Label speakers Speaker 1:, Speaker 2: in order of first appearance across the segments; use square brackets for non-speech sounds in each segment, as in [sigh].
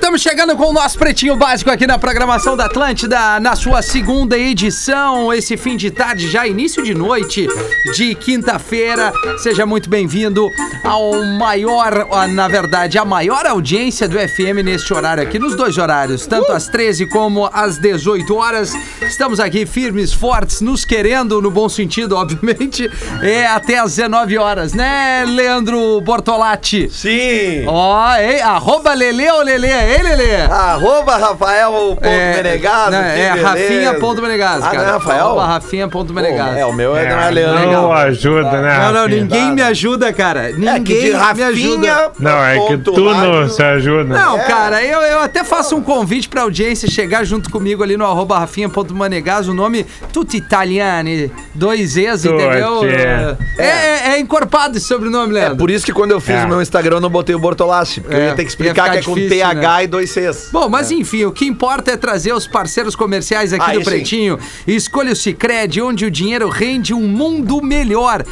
Speaker 1: Estamos chegando com o nosso pretinho básico aqui na programação da Atlântida, na sua segunda edição, esse fim de tarde, já início de noite de quinta-feira. Seja muito bem-vindo ao maior, ah, na verdade, a maior audiência do FM neste horário aqui, nos dois horários, tanto às 13 como às 18 horas. Estamos aqui firmes, fortes, nos querendo, no bom sentido, obviamente, é até às 19 horas, né, Leandro Bortolatti?
Speaker 2: Sim!
Speaker 1: Ó, hein? arroba Lele ou É Lele, hein, Lele?
Speaker 2: Arroba Rafael ponto Menegado,
Speaker 1: né,
Speaker 2: que
Speaker 1: é
Speaker 2: beleza.
Speaker 1: Rafinha ponto Menegado,
Speaker 2: Ah,
Speaker 1: cara.
Speaker 2: não é Rafael?
Speaker 1: Arroba Rafinha ponto Menegado.
Speaker 2: É, o meu é, não é
Speaker 3: não
Speaker 2: Leandro.
Speaker 3: ajuda, né?
Speaker 1: Não, não,
Speaker 3: Rafinha?
Speaker 1: ninguém me ajuda, cara. Ninguém
Speaker 2: É que de
Speaker 1: me ajuda.
Speaker 2: Rafinha.
Speaker 3: Não, é que
Speaker 2: ponto
Speaker 3: tu não
Speaker 2: Lápis-
Speaker 3: se ajuda.
Speaker 1: Não,
Speaker 2: É.
Speaker 1: cara, eu, eu até faço um convite pra audiência chegar junto comigo ali no arroba rafinha.manegas, o nome tutti italiani, dois E's,
Speaker 3: Tutti.
Speaker 1: entendeu? É, é, é encorpado esse sobrenome,
Speaker 2: É
Speaker 1: Leandro.
Speaker 2: por isso que quando eu fiz
Speaker 3: É.
Speaker 2: o meu Instagram eu não botei o Bortolassi, porque
Speaker 1: É,
Speaker 2: eu ia ter que
Speaker 1: ia
Speaker 2: explicar
Speaker 1: ficar
Speaker 2: que é com
Speaker 1: difícil,
Speaker 2: TH
Speaker 1: né?
Speaker 2: e dois Cs.
Speaker 1: Bom, mas enfim, o que importa é trazer os parceiros comerciais aqui
Speaker 2: Aí
Speaker 1: do
Speaker 2: sim.
Speaker 1: Pretinho. Escolha o Cicred, onde o dinheiro rende um mundo melhor.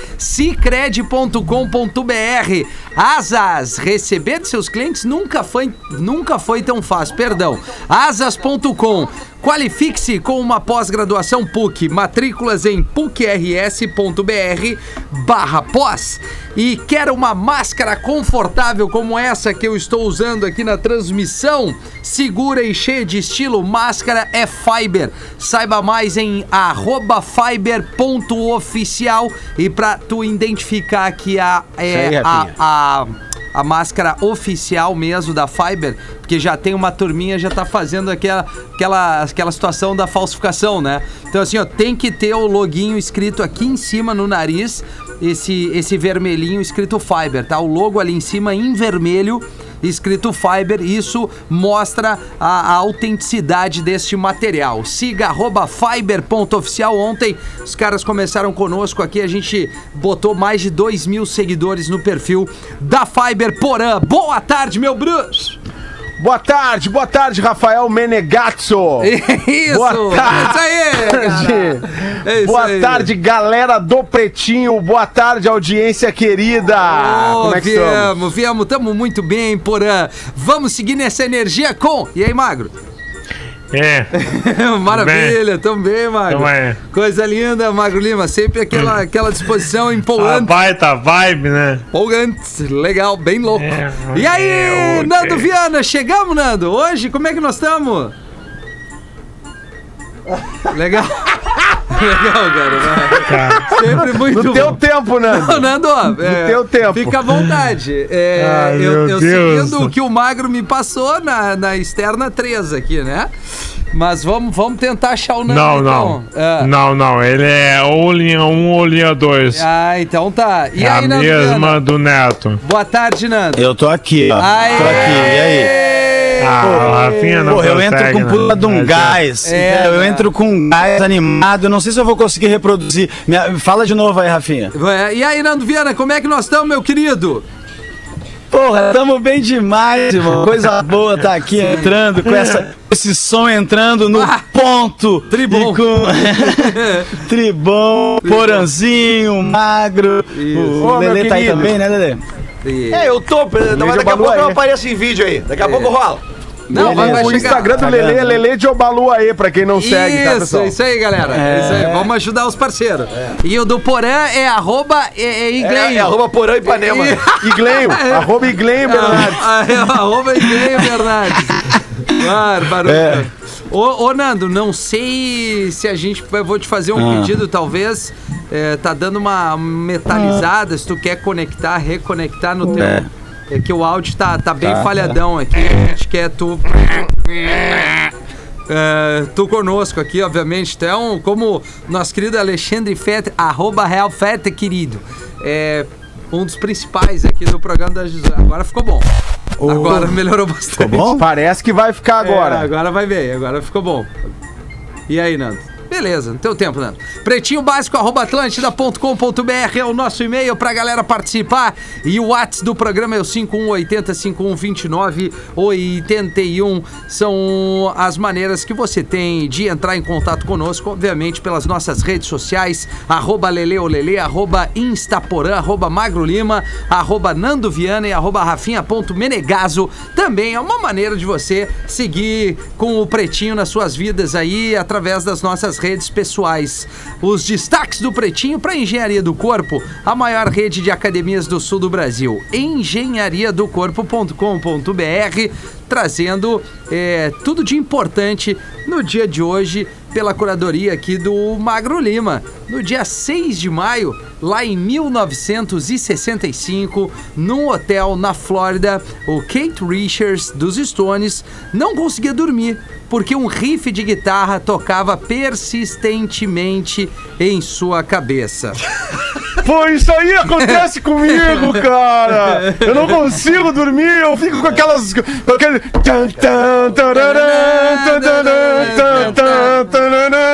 Speaker 1: Cicred.com.br Asas, receber de seus clientes nunca foi, nunca foi tão fácil, perdão. Asas.com Qualifique-se com uma pós-graduação PUC. Matrículas em pucrs.br barra pós. E quer uma máscara confortável como essa que eu estou usando aqui na transmissão? Segura e cheia de estilo, máscara é Fiber. Saiba mais em arroba fiber.oficial e para tu identificar que a, é,
Speaker 2: Isso aí,
Speaker 1: a,
Speaker 2: Rafinha.
Speaker 1: a, a máscara oficial mesmo da Fiber, porque já tem uma turminha já tá fazendo aquela, aquela, aquela situação da falsificação, né? Então assim, ó, tem que ter o loginho escrito aqui em cima no nariz, esse, esse vermelhinho escrito Fiber, tá? O logo ali em cima em vermelho escrito Fiber, isso mostra a, a autenticidade deste material. Siga arroba fiber.oficial. Ontem os caras começaram conosco aqui, a gente botou mais de 2 mil seguidores no perfil da Fiber Porã. Boa tarde, meu bruxo!
Speaker 4: Boa tarde, boa tarde,
Speaker 2: [laughs]
Speaker 4: Rafael Menegazzo.
Speaker 1: [laughs] Isso!
Speaker 4: Boa tarde.
Speaker 1: É isso aí! cara. É isso
Speaker 4: boa
Speaker 1: aí.
Speaker 4: tarde, galera do Pretinho. Boa tarde, audiência querida.
Speaker 1: Ô,
Speaker 4: Como é que estamos?
Speaker 1: viemos, viemos, tamo muito bem, Porã. Vamos seguir nessa energia com. E aí, Magro?
Speaker 3: É.
Speaker 1: [laughs] Maravilha, tamo bem, Magro.
Speaker 3: Tamo aí. Hum.
Speaker 1: Coisa linda, Magro Lima. Sempre aquela, aquela disposição
Speaker 3: A
Speaker 1: empolgante.
Speaker 3: baita vibe, né?
Speaker 1: Empolgante, legal, bem louco.
Speaker 3: É,
Speaker 1: e aí,
Speaker 3: é, ok.
Speaker 1: Nando Viana, chegamos, Nando? Hoje, como é que nós estamos? Legal. [laughs] Legal, cara.
Speaker 3: Cara,
Speaker 1: Sempre muito
Speaker 4: No teu
Speaker 1: bom. [laughs]
Speaker 4: tempo, Nando.
Speaker 1: Nando, ó, é,
Speaker 4: teu tempo.
Speaker 1: Fica à vontade. É,
Speaker 3: Ai,
Speaker 1: eu
Speaker 3: meu
Speaker 1: eu
Speaker 3: Deus.
Speaker 1: seguindo o que o Magro me passou na, na externa 3 aqui, né? Mas vamos, vamos tentar achar o Nando.
Speaker 3: não,
Speaker 1: então.
Speaker 3: não.
Speaker 1: É.
Speaker 3: Não, não. Ele é ou linha 1 ou linha 2.
Speaker 1: Ah, então tá. E
Speaker 3: é
Speaker 1: aí,
Speaker 3: a
Speaker 1: Nando? Viana?
Speaker 3: mesma do Neto.
Speaker 1: Boa tarde, Nando.
Speaker 5: Eu tô aqui, ó.
Speaker 1: Aê!
Speaker 5: Tô aqui, e aí?
Speaker 3: Ah, o Rafinha não
Speaker 5: Pô, eu entro
Speaker 3: consegue,
Speaker 5: com
Speaker 3: né?
Speaker 5: pula de um
Speaker 3: Mas,
Speaker 5: gás.
Speaker 1: É,
Speaker 5: entendeu? eu
Speaker 1: né?
Speaker 5: entro com um gás animado. Não sei se eu vou conseguir reproduzir. Me- Fala de novo aí, Rafinha.
Speaker 1: Vai, E aí, Nando Viana, como é que nós estamos, meu querido?
Speaker 5: Porra, tamo bem demais, irmão. Coisa boa tá aqui entrando com essa, esse som entrando no
Speaker 1: Ah,
Speaker 5: ponto.
Speaker 1: tribom.
Speaker 5: E com- tribom, poranzinho, magro. O
Speaker 4: Ô, meu
Speaker 5: Lelê tá aí
Speaker 4: querido.
Speaker 5: também, né, Lelê?
Speaker 1: E-
Speaker 2: É, eu tô, mas daqui a
Speaker 4: Balu
Speaker 2: pouco eu
Speaker 4: aí.
Speaker 2: apareço em vídeo aí. Daqui
Speaker 1: É
Speaker 2: a pouco eu rolo.
Speaker 1: Não, vai, vai
Speaker 5: Beleza.
Speaker 4: O
Speaker 1: chegar.
Speaker 4: Instagram do Lele é Lele de Obalu aí, pra quem não segue, tá,
Speaker 1: isso,
Speaker 4: pessoal?
Speaker 1: isso aí, galera. É Isso aí. Vamos ajudar os parceiros. E o do Porã é arroba é, é
Speaker 2: É,
Speaker 1: Igleio.
Speaker 2: é arroba porão e Ipanema.
Speaker 1: E-
Speaker 4: Iglenho, arroba Iglenho, Bernardo.
Speaker 1: Ah, é o arroba Igleio Bernardes. Bárbaro.
Speaker 5: É.
Speaker 1: Ô, ô, Nando, não sei se a gente. Eu vou te fazer um pedido, talvez. É, tá dando uma metalizada, se tu quer conectar, reconectar no teu. É.
Speaker 5: É.
Speaker 1: que o áudio tá, tá bem falhadão aqui. A gente quer tu. É, tu conosco aqui, obviamente. Então, como nosso querido Alexandre Fete, arroba Real Fete, querido. É um dos principais aqui do programa da Gisele. Agora ficou bom. Agora melhorou bastante.
Speaker 5: Bom?
Speaker 4: Parece que vai ficar
Speaker 1: É,
Speaker 4: agora.
Speaker 1: agora vai bem, agora ficou bom. E aí, Nando? Beleza, não tem o tempo, Nando. Pretinho básico, arroba atlântida.com.br é o nosso e-mail pra galera participar. E o WhatsApp do programa é o 5180 5129 81. São as maneiras que você tem de entrar em contato conosco, obviamente, pelas nossas redes sociais, arroba leleolele, arroba instaporã, arroba magrolima, arroba Nando Viana e arroba rafinha.menegaso. Também é uma maneira de você seguir com o Pretinho nas suas vidas aí, através das nossas redes pessoais. Os destaques do Pretinho para Engenharia do Corpo, a maior rede de academias do sul do Brasil. engenhariadocorpo.com.br trazendo eh, tudo de importante no dia de hoje pela curadoria aqui do Magro Lima. No dia 6 de maio, lá em 1965, num hotel na Flórida, o Kate Richards dos Stones não conseguia dormir porque um riff de guitarra tocava persistentemente em sua cabeça.
Speaker 4: Pô, isso aí acontece comigo, cara. Eu não consigo dormir, eu fico com aquelas. Com aquele. tan, tan, tararã, tan, tararã, tan, tan, tararã.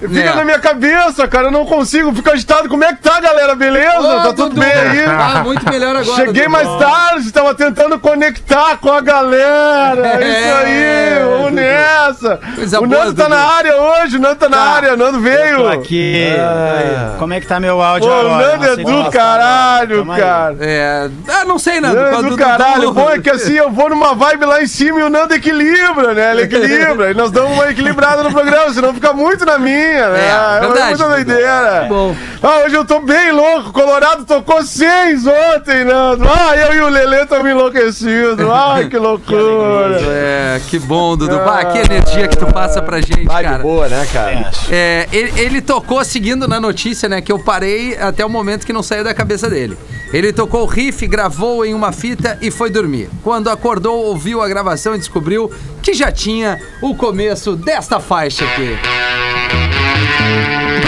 Speaker 4: Fica
Speaker 1: É.
Speaker 4: na minha cabeça, cara. Eu não consigo, fico agitado. Como é que tá, galera? Beleza?
Speaker 1: Ô,
Speaker 4: Tá tudo
Speaker 1: Dudu,
Speaker 4: bem aí?
Speaker 1: Ah, muito melhor agora.
Speaker 4: Cheguei
Speaker 1: Dudu.
Speaker 4: mais tarde, tava tentando conectar com a galera. É isso
Speaker 1: É,
Speaker 4: aí, vamos
Speaker 1: Dudu.
Speaker 4: nessa.
Speaker 1: Coisa
Speaker 4: o
Speaker 1: boa,
Speaker 4: Nando tá
Speaker 1: Dudu.
Speaker 4: na área hoje, o Nando tá na
Speaker 5: Tá.
Speaker 4: área, o Nando
Speaker 5: Eu tô
Speaker 4: veio.
Speaker 5: aqui.
Speaker 2: Ah.
Speaker 5: Como é que tá meu áudio
Speaker 4: Ô,
Speaker 5: agora?
Speaker 4: Nando é
Speaker 5: Aceita
Speaker 4: do
Speaker 5: passar,
Speaker 4: caralho,
Speaker 5: calma aí.
Speaker 4: cara.
Speaker 1: É... Ah, não sei, Nando. com a
Speaker 4: Nando,
Speaker 1: Dudu- tá
Speaker 4: caralho, o
Speaker 1: Dudu-
Speaker 4: bom é que assim eu vou numa vibe lá em cima e o Nando equilibra, né? Ele equilibra. e nós damos uma equilibrada no programa, senão fica muito na minha, né?
Speaker 1: É, verdade,
Speaker 4: muita
Speaker 1: Dudu.
Speaker 4: doideira.
Speaker 1: Bom.
Speaker 4: Ah, hoje eu tô bem louco. Colorado tocou seis ontem, Nando. Ah, eu e o Lelê estamos enlouquecidos.
Speaker 1: [laughs]
Speaker 4: Ai, que loucura.
Speaker 1: É, que bom, Dudu. Bah,
Speaker 4: Ah,
Speaker 1: que energia que tu passa pra gente,
Speaker 2: Ah, de
Speaker 1: cara.
Speaker 2: boa, né, cara?
Speaker 1: É, ele, ele tocou, seguindo na notícia, né, que eu parei até o momento que não saiu da cabeça dele. Ele tocou o riff, gravou em uma fita e foi dormir. Quando acordou, ouviu a gravação e descobriu que já tinha o começo desta faixa aqui.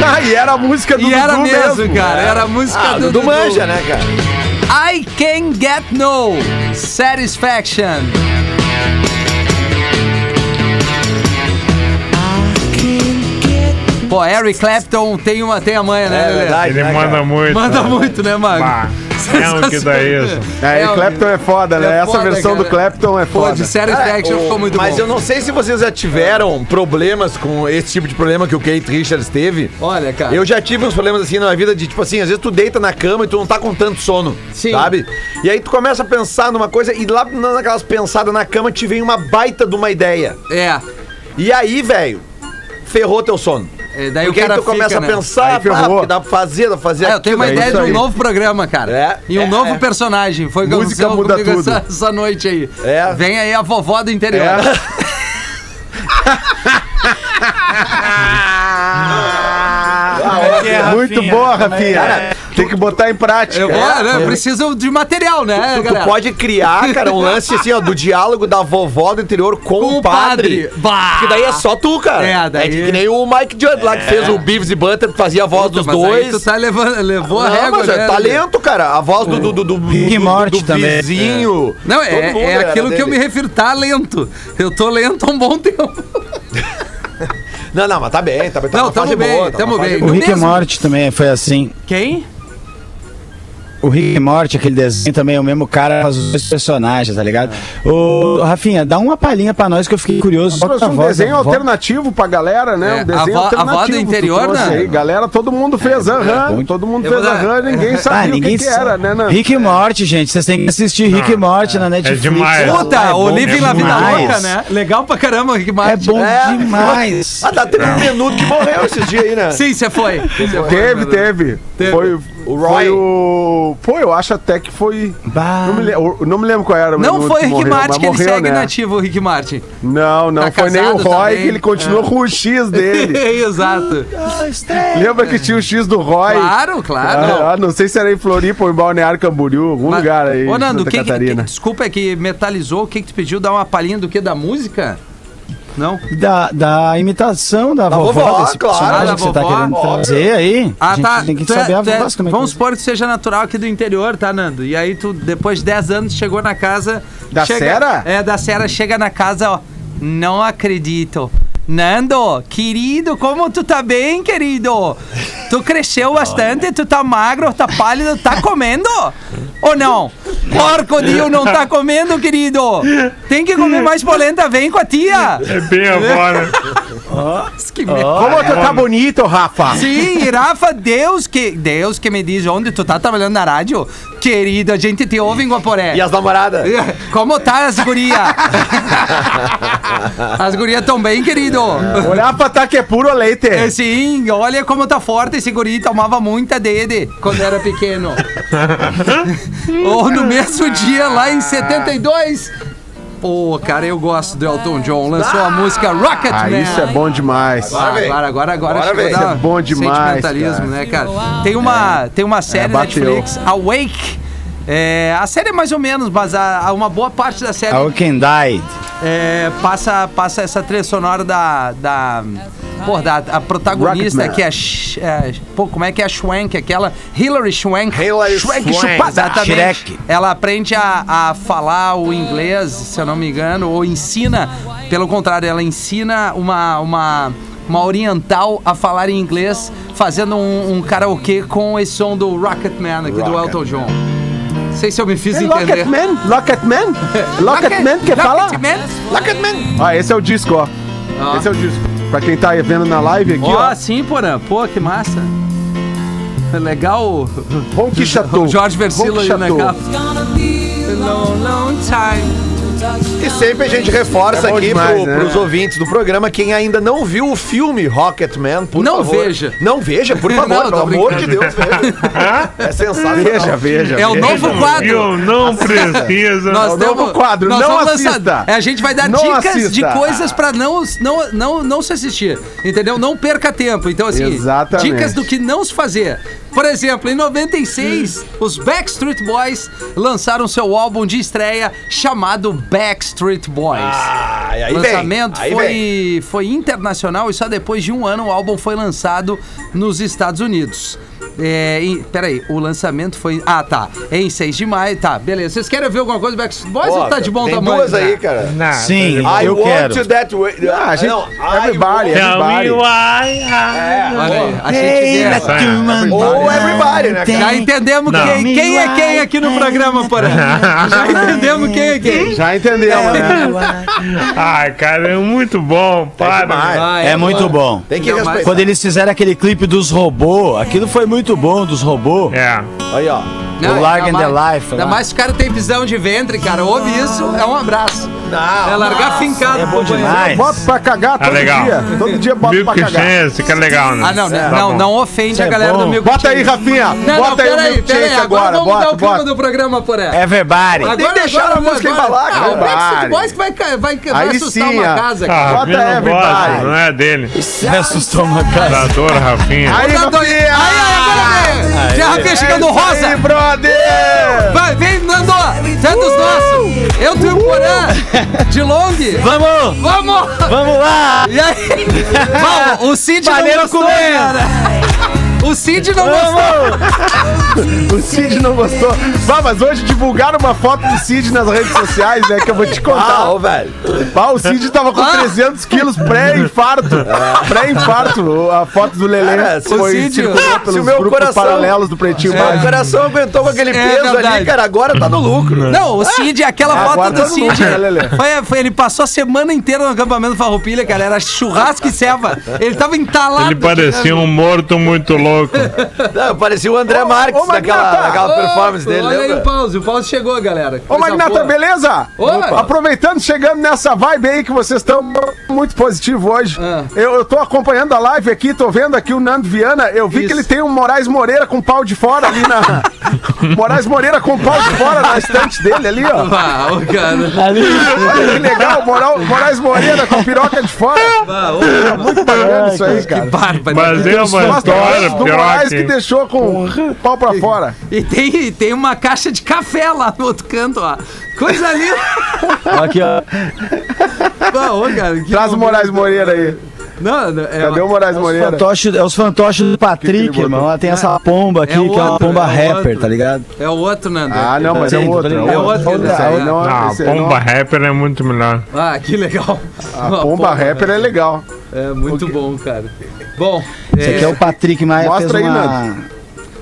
Speaker 4: Ah, e era a música do
Speaker 1: E era
Speaker 4: Dudu
Speaker 1: mesmo, cara. Era a música
Speaker 2: Ah,
Speaker 1: do
Speaker 2: do,
Speaker 1: Dudu.
Speaker 2: Manja, né, cara?
Speaker 1: I can get no satisfaction. Pô, Eric Clapton tem uma tem a manha, né, Lelê?
Speaker 4: É.
Speaker 3: Ele
Speaker 2: né,
Speaker 3: manda
Speaker 2: cara?
Speaker 3: muito.
Speaker 1: Manda
Speaker 3: né?
Speaker 1: muito, né, Mago?
Speaker 3: Bah, é um que dá isso.
Speaker 4: É, e Clapton é foda, né?
Speaker 1: É
Speaker 4: Essa
Speaker 1: foda,
Speaker 4: versão
Speaker 1: cara.
Speaker 4: do Clapton é
Speaker 1: um Pô,
Speaker 4: foda.
Speaker 1: de Satisfaction
Speaker 2: Cara, o-
Speaker 1: ficou muito
Speaker 2: mas
Speaker 1: bom.
Speaker 2: eu não sei se vocês já tiveram problemas com esse tipo de problema que o Kate Richards teve.
Speaker 1: Olha, cara.
Speaker 2: Eu já tive uns problemas assim na vida de, tipo assim, às vezes tu deita na cama e tu não tá com tanto sono,
Speaker 1: Sim.
Speaker 2: sabe? E aí tu começa a pensar numa coisa e lá na- naquelas pensadas na cama te vem uma baita de uma ideia.
Speaker 1: É.
Speaker 2: E aí, velho, ferrou teu sono.
Speaker 1: É, daí
Speaker 2: Porque
Speaker 1: o cara
Speaker 2: aí tu começa
Speaker 1: fica,
Speaker 2: a
Speaker 1: né?
Speaker 2: pensar,
Speaker 4: Aí ferrou.
Speaker 2: pá, porque dá pra fazer, dá pra fazer
Speaker 1: Ah, eu tenho uma
Speaker 2: aquilo,
Speaker 1: ideia
Speaker 2: é
Speaker 1: de
Speaker 2: isso
Speaker 1: um
Speaker 2: aí.
Speaker 1: novo programa, cara.
Speaker 2: É,
Speaker 1: E um
Speaker 2: é,
Speaker 1: novo
Speaker 2: é.
Speaker 1: personagem. Foi o que
Speaker 4: Música
Speaker 1: aconteceu
Speaker 4: muda
Speaker 1: comigo
Speaker 4: tudo.
Speaker 1: Essa, essa noite aí.
Speaker 2: É.
Speaker 1: Vem aí a vovó do interior.
Speaker 5: Como é que é,
Speaker 4: Muito
Speaker 5: Rafinha?
Speaker 4: boa,
Speaker 5: Como é que é?
Speaker 4: Rafinha. Tem que botar em
Speaker 1: [laughs]
Speaker 4: prática.
Speaker 1: Eu vou, né, preciso de material, né,
Speaker 2: É. Tu, tu
Speaker 1: galera?
Speaker 2: pode criar, cara, um lance assim, ó, do diálogo da vovó do interior com,
Speaker 1: Com
Speaker 2: o um padre.
Speaker 1: Bah!
Speaker 2: Que daí é só tu, cara.
Speaker 1: É, daí-
Speaker 2: que, que nem o Mike Judd lá que fez o Beavis e Butter, que fazia a voz
Speaker 1: Puta,
Speaker 2: dos
Speaker 1: mas aí
Speaker 2: dois.
Speaker 1: Tu tá levando, levou a
Speaker 2: Não,
Speaker 1: régua,
Speaker 2: mas é
Speaker 1: né? Hum.
Speaker 2: talento, cara. A voz do, do, do, do,
Speaker 5: Rick
Speaker 2: do-
Speaker 5: Morty
Speaker 2: do
Speaker 5: também.
Speaker 2: vizinho.
Speaker 1: Não, é,
Speaker 2: Todo mundo
Speaker 1: é
Speaker 2: era
Speaker 1: aquilo que eu me
Speaker 2: dele.
Speaker 1: refiro, talento. Eu tô lento há um bom tempo.
Speaker 2: Não, não, mas tá bem, tá bem. Tá
Speaker 1: Não,
Speaker 2: numa
Speaker 1: tamo
Speaker 2: fase
Speaker 1: bem,
Speaker 2: boa, tá
Speaker 1: tamo
Speaker 2: numa fase
Speaker 1: bem.
Speaker 5: O
Speaker 1: No
Speaker 5: Rick e
Speaker 1: mesmo-
Speaker 5: Morty também foi assim.
Speaker 1: Quem?
Speaker 5: O Rick e Morty, aquele desenho também, é o mesmo cara faz os dois personagens, tá ligado? Ô, Rafinha, dá uma palhinha pra nós que eu fiquei curioso. Só
Speaker 4: trouxe um desenho alternativo pra galera, né?
Speaker 1: É,
Speaker 4: Um desenho
Speaker 1: a vó- a vó do
Speaker 4: alternativo. tu
Speaker 1: interior,
Speaker 4: trouxe
Speaker 1: né? É,
Speaker 4: aí. Galera, todo mundo fez aham.
Speaker 5: muito-
Speaker 4: todo mundo
Speaker 1: Eu vou
Speaker 4: fez
Speaker 1: dar-
Speaker 4: aham e
Speaker 1: [laughs]
Speaker 4: ninguém sabia
Speaker 5: Ah, ninguém
Speaker 4: o que que, era, né? Nando?
Speaker 5: Rick e Morty, gente, vocês têm que assistir Rick e Morty na Netflix.
Speaker 3: demais.
Speaker 1: Puta,
Speaker 3: é
Speaker 1: o
Speaker 3: bom
Speaker 1: Living La Vida
Speaker 5: demais.
Speaker 1: Louca, né? Legal pra caramba, Rick
Speaker 5: É
Speaker 1: Martin.
Speaker 5: bom
Speaker 2: É.
Speaker 5: demais.
Speaker 2: boa. Ah, tá, teve um menudo
Speaker 4: [laughs]
Speaker 2: que morreu esses dias aí, né?
Speaker 1: Sim, você foi. Cê foi,
Speaker 4: Teve,
Speaker 1: Bruno.
Speaker 4: teve,
Speaker 1: Teve.
Speaker 4: Foi
Speaker 2: O
Speaker 4: o
Speaker 2: Roy.
Speaker 4: Roy. Foi o. Pô, eu acho até que foi.
Speaker 5: Bah.
Speaker 4: Não me, le- eu não me lembro qual era o
Speaker 1: Não
Speaker 4: menino
Speaker 1: foi o
Speaker 4: que
Speaker 1: Rick
Speaker 4: morreu,
Speaker 1: Martin
Speaker 4: mas
Speaker 1: que ele
Speaker 4: morreu,
Speaker 1: segue
Speaker 4: né?
Speaker 1: nativo, o Rick Martin.
Speaker 4: Não, não
Speaker 1: Tá
Speaker 4: foi nem o
Speaker 1: casado
Speaker 4: Roy
Speaker 1: também.
Speaker 4: que ele continuou
Speaker 1: É.
Speaker 4: com o X dele.
Speaker 1: [laughs] Exato.
Speaker 5: Ah,
Speaker 4: Lembra que tinha o X do Roy?
Speaker 1: Claro, claro.
Speaker 4: Ah, não sei se era em Floripa ou em Balneário Camboriú, algum
Speaker 1: Mas-
Speaker 4: lugar aí.
Speaker 1: Ô,
Speaker 4: em
Speaker 1: Nando,
Speaker 4: Santa
Speaker 1: o que, que,
Speaker 4: Catarina.
Speaker 1: desculpa, é que metalizou. O que, que tu pediu? Dar uma palhinha do que? Da música? Não?
Speaker 5: Da, da imitação da, vovó,
Speaker 2: vovó,
Speaker 5: desse
Speaker 2: claro,
Speaker 5: personagem
Speaker 1: da
Speaker 5: que você tá
Speaker 1: vovó.
Speaker 5: querendo trazer aí.
Speaker 1: Ah,
Speaker 5: a gente
Speaker 1: tá.
Speaker 5: Tem que
Speaker 1: Tu é-
Speaker 5: saber a
Speaker 1: tu é-
Speaker 5: voz como é que
Speaker 1: vamos
Speaker 5: é.
Speaker 1: supor que tu seja natural aqui do interior, tá, Nando? E aí tu, depois de 10 anos, chegou na casa.
Speaker 4: Da
Speaker 1: chega-
Speaker 4: Sera?
Speaker 1: É, da Sera, chega na casa, ó. Não acredito. Nando, querido, como tu tá bem, querido? Tu cresceu bastante, tu tá magro, tá pálido, tá comendo? Ou não? Porco Dio, não tá comendo, querido? Tem que comer mais polenta, vem com a tia!
Speaker 3: É bem agora.
Speaker 1: Que merda.
Speaker 2: Como tu tá bonito, Rafa?
Speaker 1: Sim, Rafa, Deus que, Deus que me diz onde tu tá trabalhando na rádio. Querido, a gente te ouve em Guaporé.
Speaker 2: E as namoradas?
Speaker 1: [laughs] Como tá as
Speaker 4: [laughs]
Speaker 1: guria? As guria tão bem, querido.
Speaker 2: O Rafa tá que é puro leite.
Speaker 1: É, Sim, olha como tá forte esse guri. Tomava muita dede quando era
Speaker 4: [laughs]
Speaker 1: pequeno. Ou no mesmo dia, lá em 72... Pô, cara, eu gosto do Elton John. Lançou a música Rocket
Speaker 4: Ah,
Speaker 1: Man.
Speaker 4: isso é bom demais.
Speaker 1: Ah, agora, agora, agora,
Speaker 2: Bora,
Speaker 1: chegou
Speaker 2: velho.
Speaker 1: a dar
Speaker 4: Isso é bom demais,
Speaker 1: Sentimentalismo,
Speaker 4: cara.
Speaker 1: né, cara? Tem uma, tem uma série da
Speaker 4: bateu.
Speaker 1: Netflix, Awake. É, a série é mais ou menos, mas a, a- uma boa parte da série
Speaker 5: A Oaken Died.
Speaker 1: é, passa, passa essa trilha sonora da. da Pô, da a protagonista
Speaker 4: Rocketman.
Speaker 1: que é, a Sh- é. Pô, como é que é a Schwank? Aquela. Hillary Schwank.
Speaker 2: Hillary
Speaker 1: Schwank.
Speaker 2: Swank.
Speaker 1: chupada. Exatamente.
Speaker 5: Shrek.
Speaker 1: Ela aprende a, a falar o inglês, se eu não me engano, ou ensina. Pelo contrário, ela ensina uma. uma uma oriental a falar em inglês, fazendo um, um karaokê com esse som do Rocketman aqui do Elton John. Não sei se eu me fiz
Speaker 4: É
Speaker 1: entender.
Speaker 4: Locketman?
Speaker 1: [laughs]
Speaker 4: Locketman? Locketman que fala?
Speaker 1: Rocketman?
Speaker 4: Ah, esse é o disco, ó.
Speaker 1: Ó.
Speaker 4: Esse é o disco. Pra quem tá vendo na live aqui,
Speaker 1: Ah. Ó,
Speaker 4: ó.
Speaker 1: sim, Porã. Pô, que massa. É Legal o-
Speaker 4: Ronquichatou.
Speaker 1: o Jorge Versilo aí na
Speaker 4: Ronquichatou.
Speaker 1: capa. Long, long time.
Speaker 2: E sempre a gente reforça
Speaker 4: É bom
Speaker 2: aqui
Speaker 4: demais,
Speaker 2: pro,
Speaker 4: né?
Speaker 2: pros ouvintes do programa, quem ainda não viu o filme Rocketman, por
Speaker 1: Não
Speaker 2: favor.
Speaker 1: veja.
Speaker 2: Não veja, por favor,
Speaker 1: [laughs] Não, tô
Speaker 2: pelo amor de
Speaker 1: brincando.
Speaker 2: Deus, veja. É sensacional.
Speaker 4: Veja, veja.
Speaker 1: É o
Speaker 4: veja.
Speaker 1: novo quadro.
Speaker 3: Eu não precisa.
Speaker 1: Nós
Speaker 4: novo quadro,
Speaker 1: nós
Speaker 4: não
Speaker 1: vamos lançar-
Speaker 4: assista.
Speaker 1: é, a gente vai dar
Speaker 4: Não
Speaker 1: dicas de
Speaker 4: assista.
Speaker 1: coisas pra não, não, não, não se assistir. Entendeu? Não perca tempo. Então, assim,
Speaker 4: Exatamente.
Speaker 1: dicas do que não se fazer. Por exemplo, em 96, os Backstreet Boys lançaram seu álbum de estreia chamado Backstreet Boys.
Speaker 2: Ai, aí
Speaker 1: O
Speaker 2: vem,
Speaker 1: lançamento
Speaker 2: aí vem.
Speaker 1: foi, foi internacional e só depois de um ano o álbum foi lançado nos Estados Unidos. É, em, peraí, o lançamento foi. Ah, tá. Em 6 de maio. Tá, beleza. Vocês querem ver alguma coisa do Backstreet Boys
Speaker 2: Ó,
Speaker 1: ou tá de bom
Speaker 2: tem
Speaker 1: tamanho?
Speaker 2: duas aí, cara.
Speaker 3: Nada.
Speaker 5: Sim,
Speaker 2: I
Speaker 5: eu
Speaker 2: want
Speaker 5: quero.
Speaker 2: you that way.
Speaker 4: Ah, a gente- everybody,
Speaker 2: want-
Speaker 3: Tell me why. I-
Speaker 1: Olha aí, a gente
Speaker 5: Hey,
Speaker 1: dessa.
Speaker 5: let you man-
Speaker 2: Ou everybody, né, cara?
Speaker 1: Já entendemos
Speaker 3: Não.
Speaker 1: quem, quem é quem aqui no programa, porém. Já entendemos quem é quem.
Speaker 4: Já
Speaker 1: É.
Speaker 4: entendemos, né?
Speaker 3: Ai, cara, é muito bom.
Speaker 2: demais.
Speaker 3: Para.
Speaker 1: Vai,
Speaker 5: É muito
Speaker 1: vai.
Speaker 5: bom.
Speaker 2: Tem que
Speaker 1: Não, mas-
Speaker 2: respeitar.
Speaker 5: Quando eles fizeram aquele clipe dos robôs, aquilo foi muito bom, dos robôs.
Speaker 3: É.
Speaker 2: Aí, ó.
Speaker 1: Não,
Speaker 5: Larga
Speaker 1: ainda
Speaker 5: and the
Speaker 1: mais-
Speaker 5: Life, né?
Speaker 1: Ainda
Speaker 5: lá.
Speaker 1: mais se o cara tem visão de ventre, cara. Ouve isso, é um abraço. É largar fincado.
Speaker 5: É bom
Speaker 1: companheiro.
Speaker 5: demais.
Speaker 4: Boto pra cagar todo
Speaker 3: legal.
Speaker 4: dia. Todo dia boto pra
Speaker 3: Milk
Speaker 4: cagar.
Speaker 3: Chance, que é legal, né?
Speaker 1: Ah, não,
Speaker 3: Tá
Speaker 1: não, não,
Speaker 3: bom.
Speaker 1: não ofende a
Speaker 5: é
Speaker 1: galera do
Speaker 5: bom.
Speaker 1: meu
Speaker 4: Bota aí, Rafinha.
Speaker 1: Não, não,
Speaker 4: bota aí o
Speaker 1: peraí,
Speaker 4: Milk
Speaker 1: peraí.
Speaker 4: Chance
Speaker 1: Agora,
Speaker 4: agora.
Speaker 1: vamos mudar o
Speaker 4: Bota,
Speaker 1: clima
Speaker 4: bota. É,
Speaker 1: do programa, Poré.
Speaker 5: Everybody.
Speaker 1: Agora,
Speaker 4: Tem que deixar
Speaker 1: agora,
Speaker 4: a música
Speaker 1: agora.
Speaker 4: embalar,
Speaker 1: Ah, o
Speaker 4: cara.
Speaker 1: Backstreet Boys que vai, ca- vai, vai
Speaker 4: Aí
Speaker 1: assustar
Speaker 4: sim,
Speaker 1: uma
Speaker 4: ó.
Speaker 1: casa,
Speaker 3: Ah,
Speaker 1: cara.
Speaker 4: Bota
Speaker 3: Rafinha não
Speaker 4: everybody.
Speaker 3: gosta, não é dele.
Speaker 5: Me assustou uma casa.
Speaker 3: Tratador, Rafinha.
Speaker 4: Aí,
Speaker 1: Tá doido. Aí,
Speaker 4: Rafinha.
Speaker 1: aí, agora vem. Já Rafinha chegando
Speaker 4: É isso
Speaker 1: rosa.
Speaker 4: aí, brother.
Speaker 1: Vai, vem, Nando. Sendo os nossos. Eu, tu e o Porã. De long.
Speaker 5: Vamos!
Speaker 1: Vamos.
Speaker 5: Vamos lá!
Speaker 1: E aí? Vamos, o Cid não
Speaker 5: Baleiro
Speaker 1: gostou,
Speaker 5: comendo.
Speaker 1: cara. O Cid não gostou.
Speaker 4: O Cid não gostou. Bah, mas hoje divulgaram uma foto do Cid nas redes sociais, né? Que eu vou te
Speaker 2: Ah,
Speaker 4: contar.
Speaker 2: ô, velho.
Speaker 4: Bah, o Cid tava com
Speaker 1: Ah.
Speaker 4: 300 quilos pré-infarto. Pré-infarto. A foto do Lelê
Speaker 2: Cara, se o
Speaker 4: foi
Speaker 1: Cid-
Speaker 4: circulou
Speaker 2: se o
Speaker 4: pelos
Speaker 2: meu
Speaker 4: grupos
Speaker 2: coração-
Speaker 4: paralelos do Pretinho
Speaker 2: O
Speaker 4: Básico.
Speaker 2: coração aguentou com aquele peso
Speaker 1: É verdade.
Speaker 2: ali, cara. Agora tá no lucro.
Speaker 1: Não, o Cid, aquela
Speaker 4: Ah,
Speaker 1: foto
Speaker 4: agora
Speaker 1: do
Speaker 4: todo
Speaker 1: Cid.
Speaker 4: mundo, né, Lelê?
Speaker 1: Foi, foi- ele passou a semana inteira no acampamento Farroupilha, cara. Era churrasco e ceva. Ele tava entalado.
Speaker 3: Ele parecia um morto muito
Speaker 4: [laughs]
Speaker 3: louco.
Speaker 2: Não, parecia o André
Speaker 4: Ô,
Speaker 2: Marques
Speaker 4: ô,
Speaker 2: naquela,
Speaker 4: Magnata.
Speaker 2: naquela performance dele,
Speaker 1: Olha aí
Speaker 2: lembra?
Speaker 1: o pause, o pause chegou, galera.
Speaker 4: Ô,
Speaker 1: Coisa
Speaker 4: Magnata,
Speaker 1: boa.
Speaker 4: beleza?
Speaker 1: Opa.
Speaker 4: Aproveitando, chegando nessa vibe aí que vocês estão muito positivo hoje.
Speaker 1: Ah.
Speaker 4: Eu, eu tô acompanhando a live aqui, tô vendo aqui o Nando Viana. Eu vi
Speaker 1: Isso.
Speaker 4: que ele tem um Moraes Moreira com pau de fora ali
Speaker 1: [laughs]
Speaker 4: na. Moraes Moreira com pau de fora na estante dele ali, ó.
Speaker 1: Ah, ô, cara.
Speaker 4: Olha que legal, Moral, Moraes Moreira com piroca de fora.
Speaker 1: Ah, ô,
Speaker 4: Muito bacana isso aí, cara.
Speaker 1: Bárbaro.
Speaker 3: Mas é uma
Speaker 4: Nossa,
Speaker 3: história,
Speaker 4: do
Speaker 3: pior
Speaker 4: Moraes que
Speaker 3: que...
Speaker 4: deixou com o pau pra fora.
Speaker 1: E tem, e tem uma caixa de café lá no outro canto, ó. Coisa linda.
Speaker 5: Aqui, ó.
Speaker 1: É Ah, ô, cara, que
Speaker 4: Traz o
Speaker 1: momento.
Speaker 4: Moraes Moreira aí.
Speaker 1: Não, não, é,
Speaker 4: Cadê o Moraes
Speaker 5: Os
Speaker 4: Moreira?
Speaker 5: fantoches- é os fantoches do
Speaker 4: Que
Speaker 5: Patrick,
Speaker 4: que ele
Speaker 5: mano. Ela tem essa pomba aqui,
Speaker 1: É o
Speaker 5: que é uma
Speaker 1: outro,
Speaker 5: pomba
Speaker 1: é o
Speaker 5: rapper,
Speaker 1: outro.
Speaker 5: tá ligado?
Speaker 1: é o outro, Nando.
Speaker 4: Ah, não, mas é um
Speaker 5: Sim,
Speaker 4: outro.
Speaker 5: tô ligado.
Speaker 4: é um
Speaker 1: É outro,
Speaker 4: outro. Esse
Speaker 1: é.
Speaker 4: aí não-
Speaker 3: Ah,
Speaker 4: esse aí não-
Speaker 3: Bomba Rapper é muito melhor.
Speaker 1: Ah, que legal.
Speaker 4: A pomba rapper é legal.
Speaker 1: É muito bom, cara. Bom,
Speaker 5: Esse
Speaker 1: é,
Speaker 5: aqui é o Patrick Maia,
Speaker 4: Mostra
Speaker 5: fez
Speaker 4: aí,
Speaker 5: uma...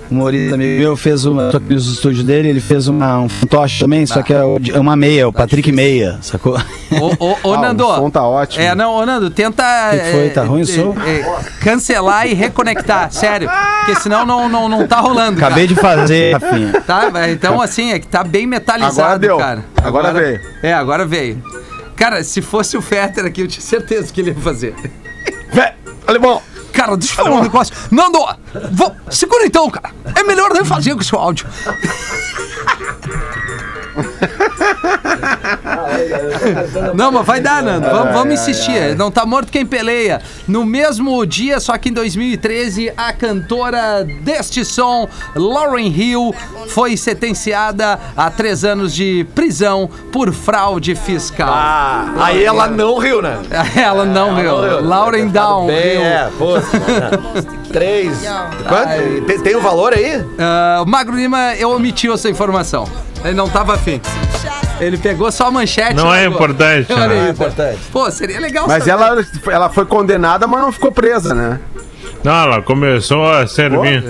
Speaker 5: Humorista amigo meu fez uma. Tô aqui nos estúdios dele, ele fez uma, um fantoche também, só que é o- é uma meia, o Patrick Meia, sacou? [laughs]
Speaker 1: é, ô, ô, ô,
Speaker 4: Ah,
Speaker 1: Nando.
Speaker 4: O som tá ótimo.
Speaker 1: É, não, ô Nando, tenta.
Speaker 5: Que que foi?
Speaker 1: é,
Speaker 5: Tá ruim o
Speaker 1: é,
Speaker 5: som?
Speaker 1: é, cancelar e reconectar, sério. Porque senão não, não, não tá rolando. cara.
Speaker 5: Acabei de fazer, Rafinha.
Speaker 1: Tá, mas então assim, é que tá bem metalizado,
Speaker 4: Agora deu.
Speaker 1: cara.
Speaker 4: Agora veio.
Speaker 1: É, agora veio. Cara, se fosse o Fetter aqui, eu tinha certeza que ele ia fazer.
Speaker 4: Vé, alemão.
Speaker 1: Cara, deixa eu falar um negócio. Nando, vou... segura então, cara. É melhor nem fazer com o seu áudio. Não, mas vai dar, Nando. Vamos, vamos insistir. Não tá morto quem peleia. No mesmo dia, só que em 2013, a cantora deste som, Lauren Hill, foi sentenciada a três anos de prisão por fraude fiscal.
Speaker 2: Ah, aí ela não riu, né?
Speaker 1: Ela não riu. Lauren Down.
Speaker 2: Bem,
Speaker 1: riu.
Speaker 2: é, pô. né? Três. Quanto? Tem, tem o valor aí?
Speaker 1: Ah, o Magro Lima, eu omiti essa informação. Ele não tava afim. Ele pegou só a manchete.
Speaker 3: Não é
Speaker 1: largou.
Speaker 3: importante,
Speaker 1: Olha
Speaker 3: né?
Speaker 1: aí. Pô, seria legal
Speaker 4: é Mas
Speaker 1: saber.
Speaker 4: ela, ela foi condenada, mas não ficou presa, né?
Speaker 3: Não, Ah, ela começou a servir.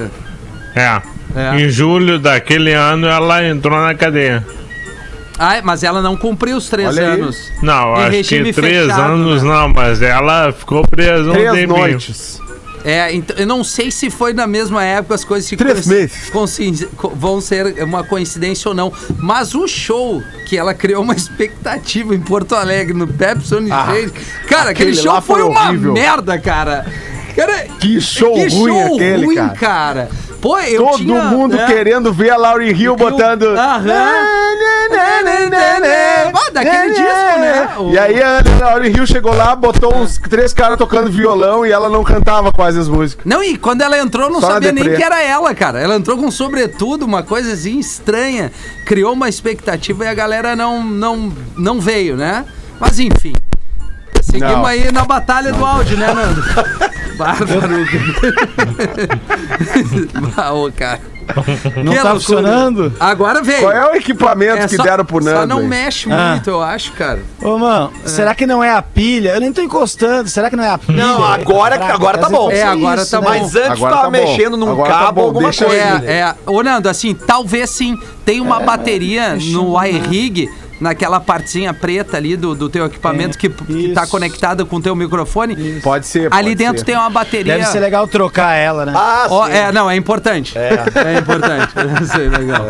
Speaker 3: É.
Speaker 1: É.
Speaker 3: Em julho daquele ano ela entrou na cadeia.
Speaker 1: Ah, mas ela não cumpriu os três
Speaker 4: Olha aí.
Speaker 1: anos.
Speaker 3: Não,
Speaker 1: Em
Speaker 3: acho
Speaker 1: regime
Speaker 3: que três
Speaker 1: fechado, né?
Speaker 3: anos não, mas ela ficou presa um
Speaker 4: Três
Speaker 3: tempinho.
Speaker 4: noites.
Speaker 1: É, então, eu não sei se foi na mesma época as coisas se
Speaker 4: Três
Speaker 1: coinci-
Speaker 4: meses.
Speaker 1: coinci- co- vão ser uma coincidência ou não. Mas o show que ela criou uma expectativa em Porto Alegre no Pepsi Sony cara, aquele,
Speaker 4: Ah, aquele
Speaker 1: show
Speaker 4: lá
Speaker 1: foi,
Speaker 4: foi
Speaker 1: uma
Speaker 4: horrível.
Speaker 1: merda, cara. Cara,
Speaker 4: Que show ruim aquele,
Speaker 1: ruim,
Speaker 4: cara.
Speaker 1: Pô, eu
Speaker 4: Todo
Speaker 1: tinha,
Speaker 4: mundo
Speaker 1: né, um
Speaker 4: querendo ver a Lauryn Hill botando.
Speaker 1: Aham. Ah, daquele disco, né? O-
Speaker 4: E aí a Lauryn Hill chegou lá, botou uns três caras tocando violão e ela não cantava quase as músicas.
Speaker 1: Não, e quando ela entrou, eu não
Speaker 4: Só na
Speaker 1: sabia nem
Speaker 4: deprê.
Speaker 1: que era ela, cara. Ela entrou com um sobretudo, uma coisa assim estranha. Criou uma expectativa e a galera não, não, não veio, né? Mas enfim. Seguimos
Speaker 4: Não.
Speaker 1: aí na batalha do áudio, né,
Speaker 4: [laughs]
Speaker 1: Nando? Bárbaro. Bah, ô, cara.
Speaker 5: Não
Speaker 1: Que
Speaker 5: tá
Speaker 1: loucura.
Speaker 5: funcionando?
Speaker 1: Agora veio.
Speaker 4: Qual é o equipamento
Speaker 1: É
Speaker 4: que
Speaker 1: só-
Speaker 4: deram pro Nando?
Speaker 1: Só não
Speaker 4: hein?
Speaker 1: mexe
Speaker 5: Ah.
Speaker 1: muito, eu acho, cara.
Speaker 5: Ô, mano, será que não é a pilha? Eu nem tô encostando, será que não é a pilha?
Speaker 2: Não, agora-
Speaker 5: Caraca,
Speaker 2: agora tá
Speaker 5: às vezes
Speaker 2: bom.
Speaker 5: pode
Speaker 1: É,
Speaker 5: ser
Speaker 1: agora tá
Speaker 5: né?
Speaker 1: bom.
Speaker 2: Mas antes
Speaker 4: Agora
Speaker 2: tava
Speaker 4: tá bom.
Speaker 2: mexendo num
Speaker 4: Agora tá
Speaker 2: cabo,
Speaker 4: bom,
Speaker 2: alguma
Speaker 4: deixa
Speaker 2: coisa.
Speaker 1: É, é. Ô, Nando, assim, talvez sim. Tem uma bateria no iRig, naquela partezinha preta ali do, do teu equipamento que, que tá
Speaker 5: Isso.
Speaker 1: conectada com o teu microfone.
Speaker 4: Pode ser. Pode
Speaker 1: Ali dentro
Speaker 4: ser.
Speaker 1: tem uma bateria.
Speaker 5: Deve ser legal trocar ela, né?
Speaker 2: Ah,
Speaker 1: Ó,
Speaker 2: sim.
Speaker 1: é, não, é importante. É, importante. [laughs] Eu sei, legal.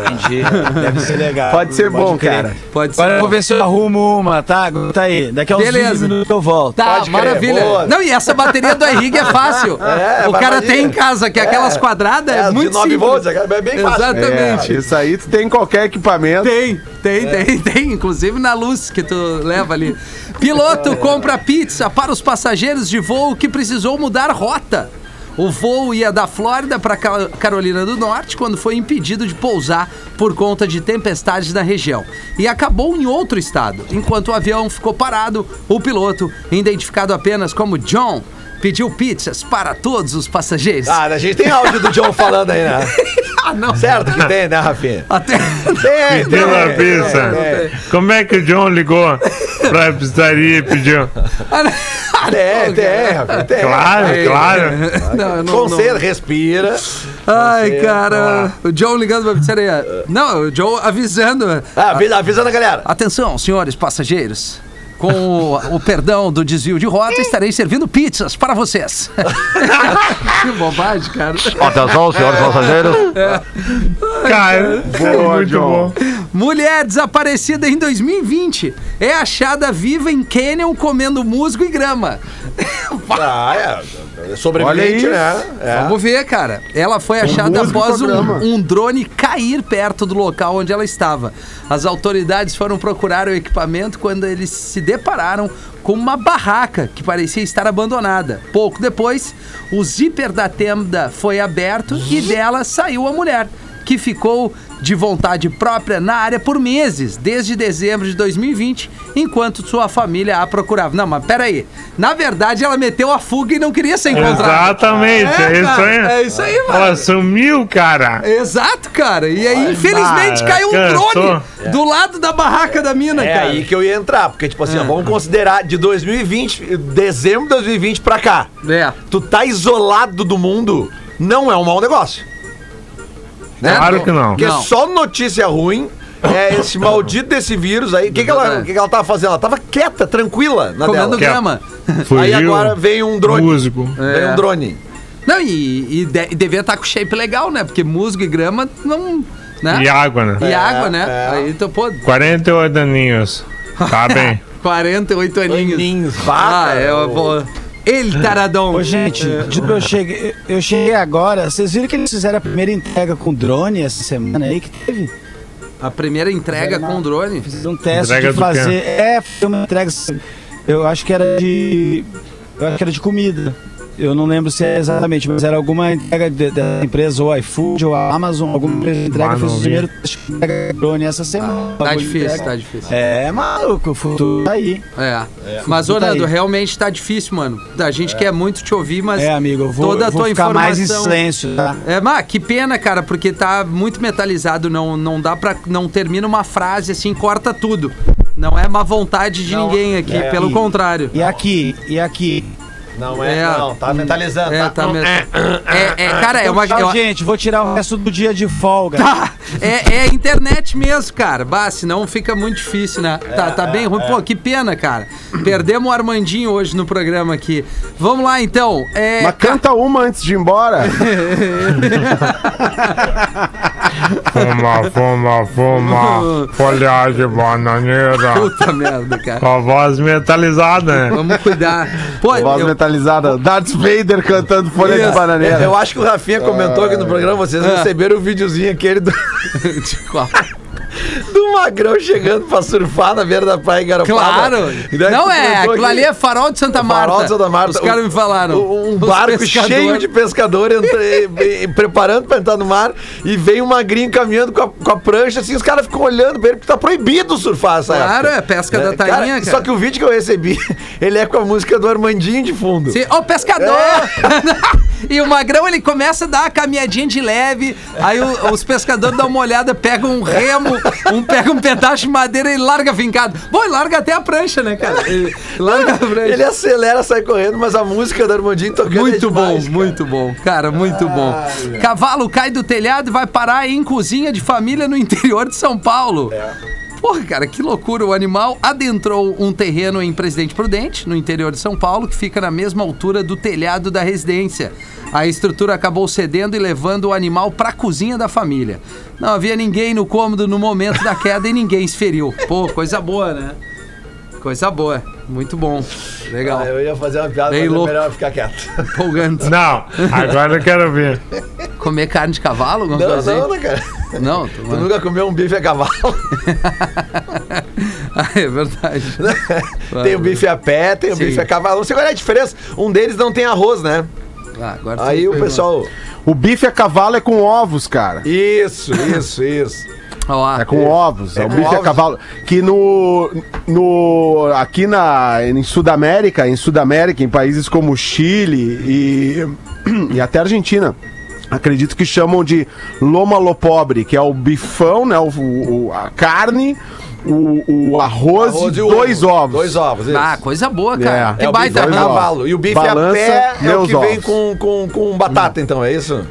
Speaker 5: Deve ser legal.
Speaker 4: Pode ser bom,
Speaker 5: crer.
Speaker 4: cara.
Speaker 1: Pode ser.
Speaker 5: Agora eu vou ver se eu arrumo uma, tá? Tá aí. Daqui a uns
Speaker 1: Beleza.
Speaker 5: 20 minutos eu volto.
Speaker 1: Tá,
Speaker 2: Pode crer,
Speaker 1: maravilha.
Speaker 2: boa.
Speaker 1: Não, e essa bateria do iRig é fácil.
Speaker 2: É,
Speaker 1: o cara
Speaker 2: bateria.
Speaker 1: tem em casa, que é aquelas quadradas, é,
Speaker 2: as
Speaker 1: muito
Speaker 2: de 9
Speaker 1: simples.
Speaker 2: volts, é bem fácil.
Speaker 1: Exatamente.
Speaker 4: É, isso aí tu tem em qualquer equipamento.
Speaker 1: Tem, tem, tem, tem. Inclusive na luz que tu leva ali. Piloto compra pizza para os passageiros de voo que precisou mudar rota. O voo ia da Flórida para Ca- Carolina do Norte quando foi impedido de pousar por conta de tempestades na região. E acabou em outro estado. Enquanto o avião ficou parado, o piloto, identificado apenas como John, pediu pizzas para todos os passageiros.
Speaker 2: Ah, a gente tem áudio do John falando aí, né?
Speaker 1: [laughs] Ah, não.
Speaker 2: Certo que tem, né, Rafinha?
Speaker 1: Até. [laughs]
Speaker 2: Tem,
Speaker 3: Pediu a pizza.
Speaker 2: é,
Speaker 3: Como é que o John ligou pra pizzaria e pediu?
Speaker 2: Tem, tem, Rafinha, tem.
Speaker 3: Claro,
Speaker 1: É.
Speaker 3: claro.
Speaker 1: Não, eu não- não-
Speaker 2: Conselho, respira.
Speaker 1: Ai, cara. O John ligando pra pizzaria. Não, o John avisando.
Speaker 2: Ah, avisa, avisa na galera.
Speaker 1: Atenção, senhores passageiros. Com o, o perdão do desvio de rota, estarei servindo pizzas para vocês. [laughs] que bobagem, cara.
Speaker 6: Atenção, senhores passageiros.
Speaker 3: Cara,
Speaker 4: Boa,
Speaker 3: muito
Speaker 4: John.
Speaker 3: bom.
Speaker 1: Mulher desaparecida em 2020 é achada viva em Canyon comendo musgo e grama.
Speaker 2: Ah, é. Sobrevivente,
Speaker 4: Olha
Speaker 2: né? É.
Speaker 1: Vamos ver, cara. Ela foi achada
Speaker 4: músico
Speaker 1: após um,
Speaker 4: programa.
Speaker 1: um drone cair perto do local onde ela estava. As autoridades foram procurar o equipamento quando eles se depararam com uma barraca que parecia estar abandonada. Pouco depois, o zíper da tenda foi aberto e dela saiu a mulher, que ficou de vontade própria na área por meses, desde dezembro de 2020, enquanto sua família a procurava. Não, mas peraí. Na verdade, ela meteu a fuga e não queria ser encontrada.
Speaker 3: Exatamente, é,
Speaker 1: É,
Speaker 3: isso aí.
Speaker 1: cara, é isso aí, mano.
Speaker 3: Ó, sumiu, cara.
Speaker 1: Exato, cara. E aí, infelizmente,
Speaker 3: bah,
Speaker 1: caiu um
Speaker 3: cansou. É.
Speaker 1: drone do lado da barraca da mina,
Speaker 2: É
Speaker 1: cara. Ah.
Speaker 2: aí que eu ia entrar, porque, tipo assim, ó, vamos considerar de 2020, dezembro de 2020 pra cá.
Speaker 1: É.
Speaker 2: Tu tá isolado do mundo, não é um mau negócio. Né?
Speaker 3: Claro que não.
Speaker 2: Porque
Speaker 1: Não.
Speaker 2: só notícia ruim é esse maldito desse vírus aí. O que, que, ela, o que, que ela tava fazendo? Ela tava quieta, tranquila na
Speaker 1: Comendo
Speaker 2: dela.
Speaker 3: Quer-
Speaker 1: grama. [laughs]
Speaker 2: Aí
Speaker 3: Fugiu.
Speaker 2: agora vem um drone.
Speaker 3: Músico.
Speaker 2: Vem
Speaker 1: É.
Speaker 2: um drone.
Speaker 1: Não, e, e, de- e devia estar com shape legal, né? Porque musgo e grama não. Né?
Speaker 3: E água, né?
Speaker 1: E água, né? Aí, então, pô,
Speaker 3: 48 aninhos.
Speaker 1: [laughs]
Speaker 3: Tá bem.
Speaker 1: 48 aninhos.
Speaker 2: Bah,
Speaker 1: Ah, é, eu vou. Ele, taradão.
Speaker 5: Ô, gente, tipo, eu cheguei, eu cheguei agora. Vocês viram que eles fizeram a primeira entrega com drone essa semana aí que teve?
Speaker 1: A primeira entrega com o drone.
Speaker 5: Fizeram um teste
Speaker 3: Entrega
Speaker 5: de
Speaker 3: do
Speaker 5: fazer. É, foi uma entrega. Eu acho que era de. Eu acho que era de comida. Eu não lembro se é exatamente, mas era alguma entrega de- da empresa, ou iFood, ou a Amazon, alguma empresa de entrega.
Speaker 3: Ah,
Speaker 5: fez
Speaker 3: não
Speaker 5: o
Speaker 3: vi.
Speaker 5: primeiro teste de entrega de drone essa semana.
Speaker 1: Tá
Speaker 5: Bagulho de
Speaker 1: difícil,
Speaker 5: entrega.
Speaker 1: tá difícil.
Speaker 5: É, maluco, o futuro tá aí.
Speaker 1: É. Mas,
Speaker 5: Tá
Speaker 1: Orlando,
Speaker 5: aí.
Speaker 1: realmente tá difícil, mano. A gente quer muito te ouvir, mas.
Speaker 5: É, amigo, eu vou,
Speaker 1: toda a
Speaker 5: eu vou
Speaker 1: tua
Speaker 5: ficar mais em
Speaker 1: informação-
Speaker 5: silêncio, tá?
Speaker 1: É, mas que pena, cara, porque tá muito metalizado, não, não dá pra. Não termina uma frase assim, corta tudo. Não é má vontade de ninguém aqui,
Speaker 5: é,
Speaker 1: pelo
Speaker 5: e-
Speaker 1: contrário.
Speaker 5: E aqui, e aqui.
Speaker 2: Não
Speaker 1: é, não,
Speaker 2: tá mentalizando.
Speaker 1: É, tá mesmo. É, é, cara, é uma.
Speaker 5: Tchau,
Speaker 1: eu-
Speaker 5: gente, vou tirar o resto do dia de folga.
Speaker 1: Tá, é, é internet mesmo, cara. Bah, senão fica muito difícil, né? Tá, tá bem ruim. Pô, que pena, cara. Perdemos o Armandinho hoje no programa aqui. Vamos lá, então. É,
Speaker 4: Mas canta uma antes de
Speaker 2: [laughs]
Speaker 4: ir embora.
Speaker 3: Fuma, fuma, fuma. Folhagem
Speaker 1: [laughs]
Speaker 3: bananeira.
Speaker 1: Puta merda, cara.
Speaker 3: Com a voz metalizada, né?
Speaker 1: Vamos cuidar. Pô,
Speaker 4: Voz
Speaker 1: eu-
Speaker 4: metalizada. Darth Vader cantando folha
Speaker 1: Isso.
Speaker 4: de bananeira.
Speaker 2: Eu acho que o Rafinha comentou
Speaker 1: Ah.
Speaker 2: aqui no programa, vocês receberam o videozinho aquele do, [laughs]
Speaker 1: [laughs]
Speaker 2: do Magrão chegando pra surfar na beira da praia em Garopaba.
Speaker 1: Claro!
Speaker 2: E daí
Speaker 1: Não
Speaker 2: tu
Speaker 1: é,
Speaker 2: comentou
Speaker 1: aquilo
Speaker 2: que-
Speaker 1: ali é farol de Santa Marta.
Speaker 2: Farol de Santa Marta.
Speaker 1: Os caras
Speaker 2: Um-
Speaker 1: me falaram.
Speaker 2: Um, um
Speaker 1: Os
Speaker 2: barco
Speaker 1: pescadores.
Speaker 2: cheio de pescador entra- e- e- e preparando pra entrar no mar e vem um magrinho caminhando com a, com a prancha, assim, os caras ficam olhando pra ele, porque tá proibido surfar essa
Speaker 1: Claro,
Speaker 2: época. Né?
Speaker 1: é pesca da
Speaker 2: cara,
Speaker 1: tainha, cara.
Speaker 2: Só que o vídeo que eu recebi, [laughs] ele é com a música do Armandinho de fundo.
Speaker 1: Sim. Ô, pescador! [laughs] e o magrão, ele começa a dar a caminhadinha de leve, aí o- os pescadores dão uma olhada, pegam um remo, um, pega um pedaço de madeira e larga vincado. Bom, e larga até a prancha, né, cara? Ele- larga a prancha.
Speaker 2: Ele acelera, sai correndo, mas a música do Armandinho tocando é
Speaker 1: Muito bom,
Speaker 2: demais, cara.
Speaker 1: muito bom, cara, muito bom. Cavalo cai do telhado e vai parar em cozinha de família no interior de São Paulo.
Speaker 2: É.
Speaker 1: Porra, cara, que loucura. O animal adentrou um terreno em Presidente Prudente, no interior de São Paulo, que fica na mesma altura do telhado da residência. A estrutura acabou cedendo e levando o animal para a cozinha da família. Não havia ninguém no cômodo no momento da queda e ninguém se feriu. Pô, coisa boa, né? Coisa boa. Muito bom. Legal.
Speaker 2: Ah, eu ia fazer uma piada,
Speaker 1: Bem
Speaker 2: mas
Speaker 1: louco.
Speaker 2: é melhor ficar quieto.
Speaker 1: Empolgante.
Speaker 3: Não, agora eu quero ver.
Speaker 1: Comer carne de cavalo, alguma
Speaker 2: Não,
Speaker 1: coisa
Speaker 2: não,
Speaker 1: assim?
Speaker 2: né, cara?
Speaker 1: Não, tô
Speaker 2: Tu
Speaker 1: falando-
Speaker 2: nunca comeu um bife a cavalo?
Speaker 1: Ah, [laughs] é verdade.
Speaker 2: Né? [laughs] tem o bife a pé, tem o
Speaker 1: Sim.
Speaker 2: bife a cavalo. Não sei qual é a diferença. Um deles não tem arroz, né?
Speaker 1: Ah, agora tu
Speaker 2: Aí
Speaker 1: me
Speaker 2: o
Speaker 1: pegou.
Speaker 2: pessoal.
Speaker 4: O bife a cavalo é com ovos, cara.
Speaker 2: Isso, isso, isso.
Speaker 1: Ó, lá.
Speaker 4: É com ovos, é o
Speaker 2: com
Speaker 4: bife a
Speaker 2: ovos.
Speaker 4: cavalo. Que no, no aqui na em Sudamérica, em Sudamérica, em países como Chile e, [clears throat] e até Argentina, acredito que chamam de loma lo pobre, que é o bifão, né, o, o- a carne, o, o [laughs] arroz,
Speaker 2: Arroz
Speaker 4: e
Speaker 2: e ovo.
Speaker 4: dois ovos.
Speaker 2: Dois ovos, isso.
Speaker 1: Ah, coisa boa, cara.
Speaker 4: É,
Speaker 1: que
Speaker 2: é o bife
Speaker 1: baita
Speaker 2: a
Speaker 4: dois
Speaker 1: ramo.
Speaker 4: ovos.
Speaker 2: cavalo. E o bife a
Speaker 4: Balança,
Speaker 2: pé é o
Speaker 4: meus
Speaker 2: que vem
Speaker 4: ovos.
Speaker 2: com, com, com batata, então, é isso?